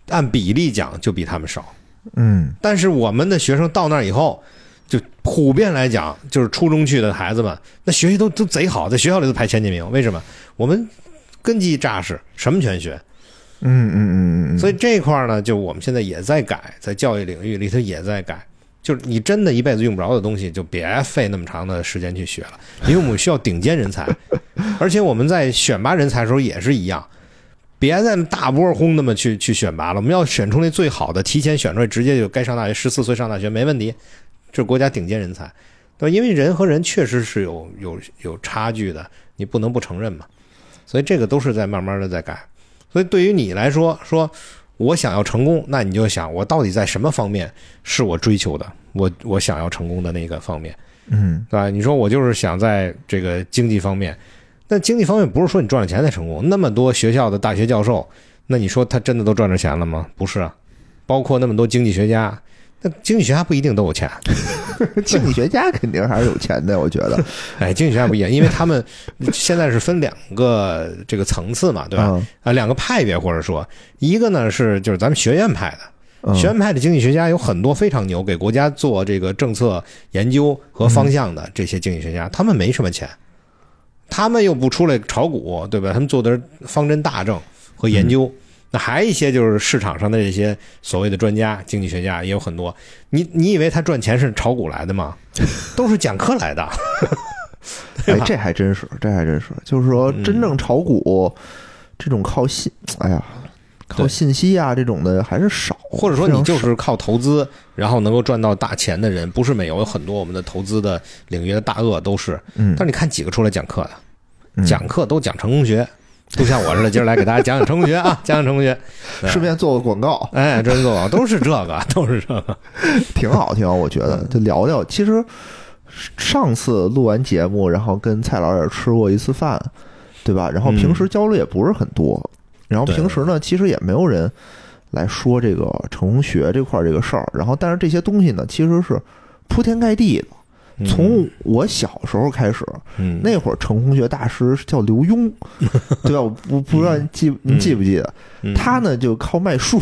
按比例讲就比他们少。
嗯
但是我们的学生到那儿以后，就普遍来讲，就是初中去的孩子们，那学习都都贼好，在学校里都排前几名。为什么？我们根基扎实，什么全学。
嗯嗯嗯嗯，
所
以
以这块儿呢，就我们现在也在改，在教育领域里头也在改。就是你真的一辈子用不着的东西，就别费那么长的时间去学了，因为我们需要顶尖 人才，而且我们在选拔人才的时候也是一样，别再大波轰那么去去选拔了，我们要选出那最好的，提前选出来，直接就该上大学，十四岁上大学没问题，这是国家顶尖人才，对吧？因为人和人确实是有有有差距的，你不能不承认嘛，所以这个都是在慢慢的在改，所以对于你来说说。我想要成功，那你就想我到底在什么方面是我追求的，我我想要成功的那个方面，
嗯
对吧？你说我就是想在这个经济方面，那经济方面不是说你赚了钱才成功，那么多学校的大学教授，那你说他真的都赚着钱了吗？不是啊，包括那么多经济学家，那经济学家不一定都有钱， 嗯
经济学家肯定还是有钱的，我觉得，
哎，经济学家不一样，因为他们现在是分两个这个层次嘛， 对吧？
嗯？
啊，两个派别或者说，一个呢是就是咱们学院派的。
嗯
学院派的经济学家有很多非常牛，给国家做这个政策研究和方向的这些经济学家，他们没什么钱，他们又不出来炒股，对吧？他们做的是方针大政和研究。那还有一些就是市场上的这些所谓的专家、经济学家也有很多。你你以为他赚钱是炒股来的吗？都是讲课来的。
哎，这还真是，这还真是，就是说，
嗯
真正炒股、这种靠信，哎呀，靠
对
信息啊这种的还是少，
或者说你就
非常少
是靠投资，然后能够赚到大钱的人，不是没有，有很多我们的投资的领域的大鳄都是。
嗯
但是你看几个出来讲课的？
嗯
讲课都讲成功学，都像我似的，今儿来给大家讲讲成功学 啊，讲讲成功学。对
顺便做个广告，
哎， 真够啊，都是这个，都是这个。嗯
挺好，挺好，我觉得就聊聊。其实上次录完节目，然后跟蔡老也吃过一次饭，对吧？然后平时交流也不是很多，然后
对
平时呢，其实也没有人来说这个成学这块儿这个事儿。然后，但是这些东西呢，其实是铺天盖地的。
嗯
从我小时候开始，
嗯
那会儿成功学大师叫刘 墉，对吧？我不不知道你记你记不记得？
嗯
他呢就靠卖书，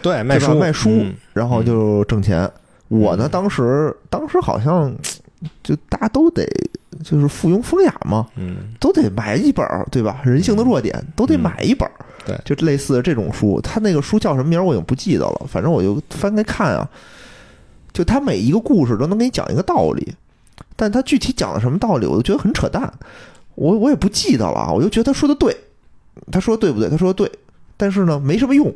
对卖
对吧
书
卖书
嗯
然后就挣钱。我呢，当时当时好像就大家都得就是附庸风雅嘛，
嗯
都得买一本儿，对吧？人性的弱点都得买一本儿，
嗯对
就类似这种书。他那个书叫什么名儿我已经不记得了，反正我就翻开看啊。就他每一个故事都能给你讲一个道理，但他具体讲的什么道理，我就觉得很扯淡，我我也不记得了，我就觉得他说的对，他说的对不对？他说的对，但是呢，没什么用。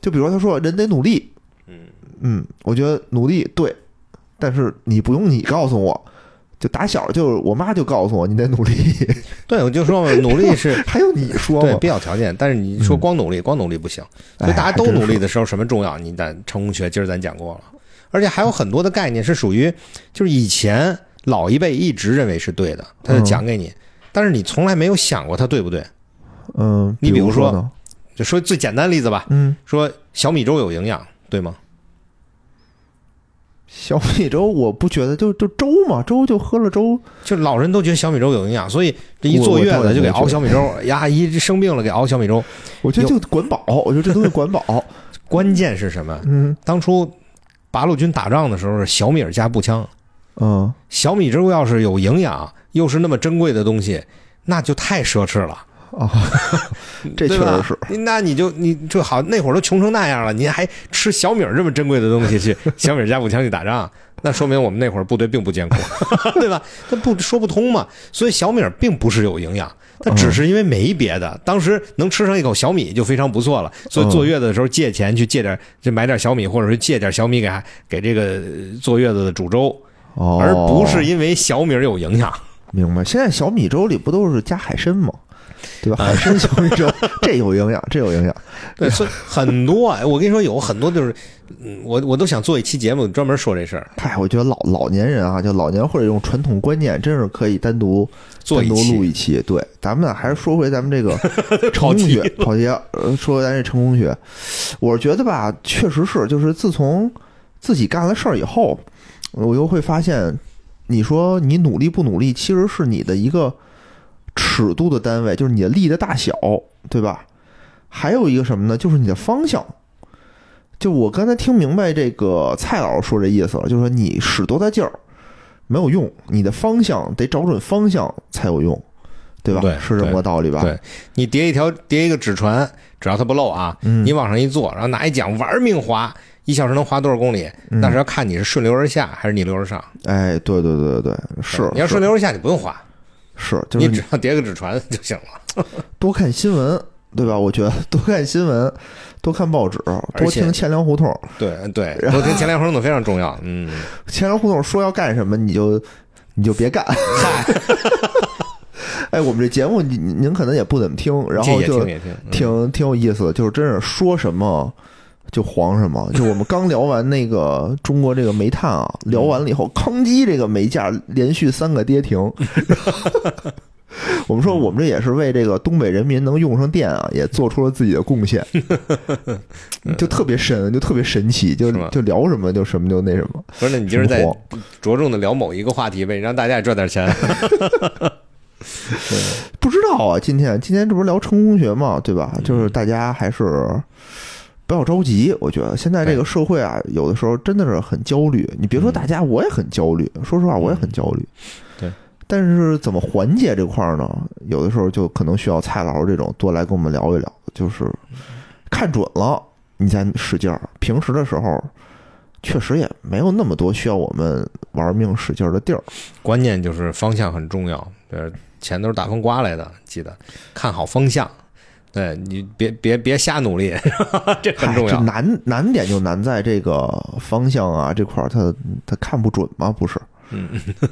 就比如说他说人得努力，
嗯
嗯，我觉得努力对，但是你不用你告诉我，就打小就我妈就告诉我你得努力，
对，我就说嘛，努力 是
还用你说
对
吗？
必要条件，但是你说光努力，光努力不行。所以
哎
大家都
还真
努力
是
的时候，什么重要？你在成功学，今儿咱讲过了，而且还有很多的概念是属于，就是以前老一辈一直认为是对的，他就讲给你，但是你从来没有想过它对不对。
嗯，
你
比
比如
说
说
呢，
就说最简单的例子吧，
嗯，
说小米粥有营养，对吗？
小米粥我不觉得就就粥嘛，粥就喝了粥，
就老人都觉得小米粥有营养，所以这一
我
坐
我
月
倒
子
也
就给
没觉
熬
得
小米粥，呀，一生病了给熬小米粥。
我觉得就管饱，我觉得这东西管 饱，
关键是什么？
嗯
当初八路军打仗的时候是小米儿加步枪，
嗯，
小米粥要是有营养，又是那么珍贵的东西，那就太奢侈了。
这确
对吧
实是，
那你就你就好，那会儿都穷成那样了，您还吃小米儿这么珍贵的东西去小米儿加步枪去打仗，那说明我们那会儿部队并不艰苦， 对吧？那不说不通嘛。所以小米儿并不是有营养，它只是因为没别的，当时能吃上一口小米就非常不错了。所以坐月子的时候借钱去借点，就买点小米，或者是借点小米给孩给这个呃坐月子的煮粥，
哦，
而不是因为小米儿有营养。
明白。现在小米粥里不都是加海参吗？对
啊
吧？海参小米粥， 这有营养，这有营养。
对，所以很多啊，我跟你说，有很多就是，嗯，我我都想做一期节目专门说这事儿，
嗨，我觉得老老年人啊，就老年或者用传统观念，真是可以单独
做
单
一
独录
期。
一期。对，咱们呢还是说回咱们 这个成
跑
功
题
学，跑题。呃，说回咱这成功学，我觉得吧，确实是，就是自从自己干了事儿以后，我又会发现，你说你努力不努力，其实是你的一个尺度的单位，就是你的力的大小，对吧？还有一个什么呢？就是你的方向。就我刚才听明白这个蔡老师说这意思了，就是说你使多大劲儿没有用，你的方向得找准方向才有用，对吧？
对
是这么个道理吧？
对你叠一条叠一个纸船，只要它不漏啊，
嗯
你往上一坐，然后拿一桨玩命划，一小时能划多少公里？
嗯
那是要看你是顺流而下还是逆流而上。
哎，对对对对对，是
你要
是
顺流而下，你不用划，
是，就是
你
你
只要叠个纸船就行 了。
多看新闻，对吧？我觉得多看新闻，多看报纸，
而
多
且
听钱粮胡同。
对对，多听前两分钟非常重要。嗯，
钱粮胡同说要干什么，你就你就别干。哎，我们这节目您您可能也不怎么听，然
这
后
也
就
听也听，嗯
挺挺有意思的，就是真是说什么就黄什么。就我们刚聊完那个中国这个煤炭啊，聊完了以后，康基这个煤价连续三个跌 停。我们说，我们这也是为这个东北人民能用上电啊，也做出了自己的贡 献，就特别神，就特别神奇，就是
吗
就聊什么就什么就那什么。
不是？那你今儿
挺
再
火
着重的聊某一个话题呗，让大家也赚点钱。
不知道啊，今天今天这不是聊成功学嘛，对吧？就是大家还是呃不要着急，我觉得现在这个社会啊，有的时候真的是很焦虑。你别说大家，我也很焦虑，说实话，我也很焦虑。
对，
但是怎么缓解这块儿呢？有的时候就可能需要蔡老师这种多来跟我们聊一聊，就是看准了你再使劲儿，平时的时候。确实也没有那么多需要我们玩命使劲儿的地儿，
关键就是方向很重要，呃，钱都是大风刮来的，记得看好方向。对你别别别瞎努力， 这很
哎
重
这
要。
难难点就难在这个方向啊这块儿，他他看不准吗？ 不是，
嗯，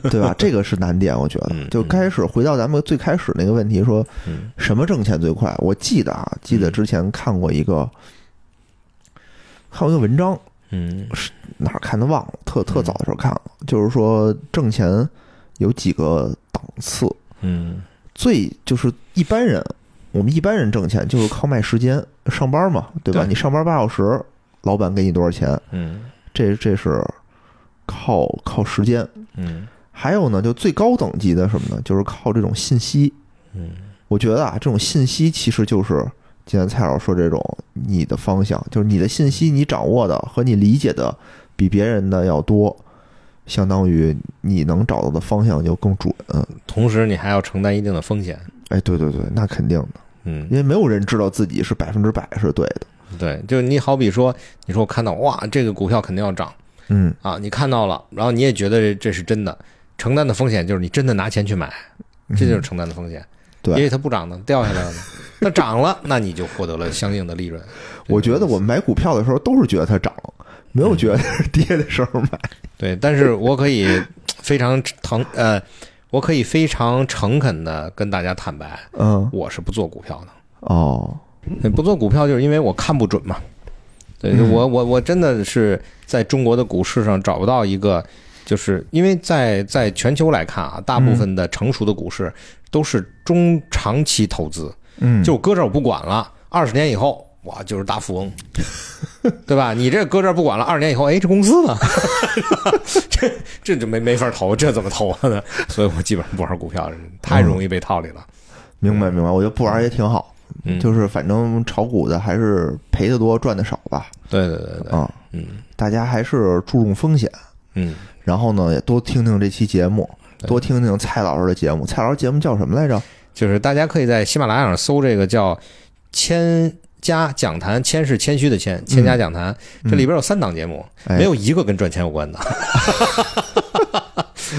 对吧？这个是难点，我觉得
嗯。
就开始回到咱们最开始那个问题，说
嗯
什么挣钱最快？我记得啊，记得之前看过一个看过一个文章，
嗯
哪儿看的忘了，特特早的时候看了，就是说挣钱有几个档次，
嗯
最就是一般人，我们一般人挣钱就是靠卖时间，上班嘛，对吧？
对
你上班八小时，老板给你多少钱？
嗯
这这是靠靠时间。
嗯
还有呢，就最高等级的什么呢？就是靠这种信息。
嗯，
我觉得啊，这种信息其实就是今天蔡老师说这种你的方向，就是你的信息你掌握的和你理解的比别人的要多，相当于你能找到的方向就更准。
同时你还要承担一定的风险。
哎，对对对，那肯定的，
嗯，
因为没有人知道自己是百分之百是对的。
对，就你好比说，你说我看到哇，这个股票肯定要涨
嗯，
啊，你看到了，然后你也觉得这是真的，承担的风险就是你真的拿钱去买，这
嗯
就是承担的风险。
对
也许它不涨呢，掉下来了呢，那涨了，那你就获得了相应的利 润。
我觉得我们买股票的时候都是觉得它涨，没
嗯
有觉得是跌的时候买。
对，但是我可以非常诚呃，我可以非常诚恳的跟大家坦白，
嗯，
我是不做股票的。
哦，
不做股票就是因为我看不准嘛。对，
嗯
我我我真的是在中国的股市上找不到一个，就是因为在在全球来看啊，大
嗯
部分的成熟的股市都是中长期投资，
嗯
就搁这儿我不管了，二十年以后。我就是大富翁，对吧？你这搁这儿不管了，二十年以后，哎，这公司呢？ 这这就没没法投，这怎么投啊 呢？所以我基本上不玩股票，
嗯
太容易被套里了。
明白明白，我觉得不玩也挺好，
嗯，
就是反正炒股的还是赔的多赚的少吧。
对对对对，
啊，
嗯
大家还是注重风险，
嗯，
然后呢也多听听这期节目，
对
多听听蔡老师的节目。蔡老师节目叫什么来着？
就是大家可以在喜马拉雅上搜这个叫“谦家讲坛”，谦是谦虚的谦，谦家讲坛、
嗯
这里边有三档节目，
哎
没有一个跟赚钱有关的。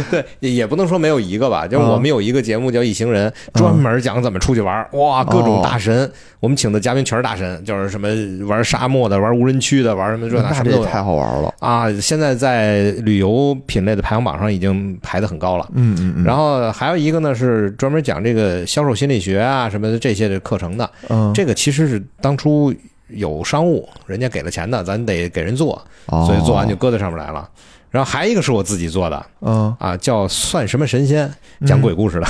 对，也也不能说没有一个吧，就是
嗯
我们有一个节目叫《一行人》，专门讲怎么出去玩儿，哇，各
哦
种大神，我们请的嘉宾全是大神，就是什么玩沙漠的、玩无人区的、玩什么这那
那
什么
这
都
也
有
太好玩了。
啊！现在在旅游品类的排行榜上已经排得很高了。
嗯嗯嗯，
然后还有一个呢是专门讲这个销售心理学啊什么的这些的课程的，
嗯，
这个其实是当初有商务人家给了钱的，咱得给人做，
哦
所以做完就搁在上面来了。然后还一个是我自己做的
哦
啊，叫算什么神仙，
嗯
讲鬼 故事的。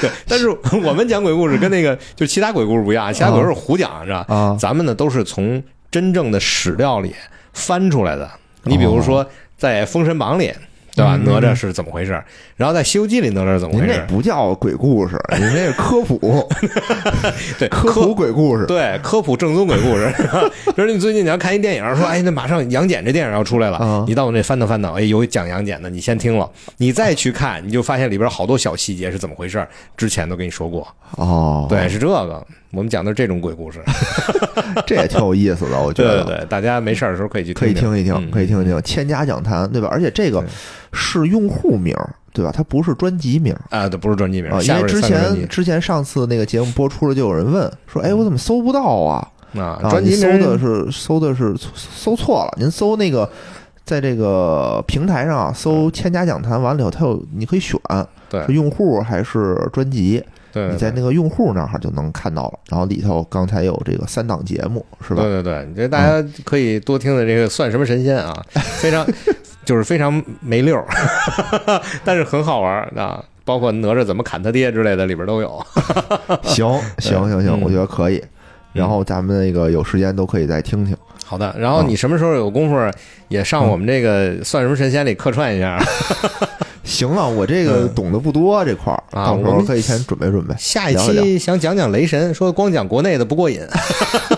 对，但是我们讲鬼故事跟那个就其他鬼故事不一样，其他鬼故事胡讲是吧？
嗯啊
咱们呢都是从真正的史料里翻出来的。你比如说，在《封神榜》里，对吧？
哦嗯
哪吒是怎么回事？然后在《西游记》里，哪吒是怎么
您
回
这
事？
不叫鬼故事，您这是科 普，
对，
科普鬼故事。
对科普正宗鬼故事。 比如你最近你要看一电影，说哎，那马上杨戬这电影要出来了
嗯，
你到我那翻腾翻腾，哎，有讲杨戬的，你先听了，你再去看，你就发现里边好多小细节是怎么回事，之前都跟你说过。
哦，
对，，是这个，我们讲的是这种鬼故事。
这也挺有意思的，我觉
对对
得。
对，大家没事儿的时候可以去
可以
听
听一听，
嗯
可以听一听《千家讲坛》，对吧？而且这个
对
是用户名儿，对吧？它不是专辑名儿
啊，这不是专辑名
啊，，因
下
为
边
之
有三个专
前之前上次那个节目播出了，就有人问说：“哎，我怎么搜不到啊？
辑啊，
啊，
专辑
你搜
名
的是搜的是搜错了，您搜那个。”在这个平台上啊
嗯
搜“千家讲坛”，完了以后，它有你可以选
对
是用户还是专辑，
对
你
对
在那个用户那儿就能看到了。然后里头刚才有这个三档节目，是吧？
对对对，你这大家可以多听的这个算什么神仙啊，非常就是非常没溜儿， 但是很好玩儿啊。包括哪吒怎么砍他爹之类的，里边都有。
行行行行，
嗯
我觉得可以。然后咱们那个有时间都可以再听听。
好的，然
啊
后你什么时候有功夫也上我们这个算什么神仙里客串一下？
行啊，我这个懂得不多这块儿，
嗯啊
到时
我
候
们
可以先准备准 备。
下一
聊一
期想讲讲雷神，说光讲国内的不过瘾，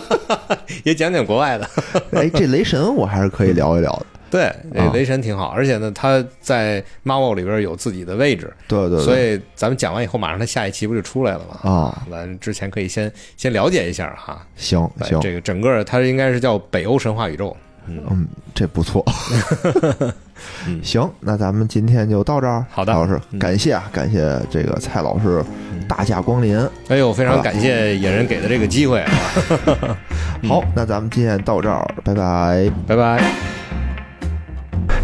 也讲讲国外的。
哎，这雷神我还是可以聊一聊的。
对，
啊
这雷神挺好，而且呢，他在 Marvel 里边有自己的位置，
对对对，
所以咱们讲完以后，马上他下一期不就出来了吗？
啊，
咱之前可以先先了解一下哈，
行
哎
行，
这个整个它应该是叫北欧神话宇宙。
嗯，这不 错。行，那咱们今天就到这儿。
嗯好的
蔡老师，
嗯
感谢啊，感谢这个蔡老师大驾光临。
哎呦，非
好
常
吧
感谢野人给的这个机会啊，嗯
好，那咱们今天到这儿，拜拜。
拜拜。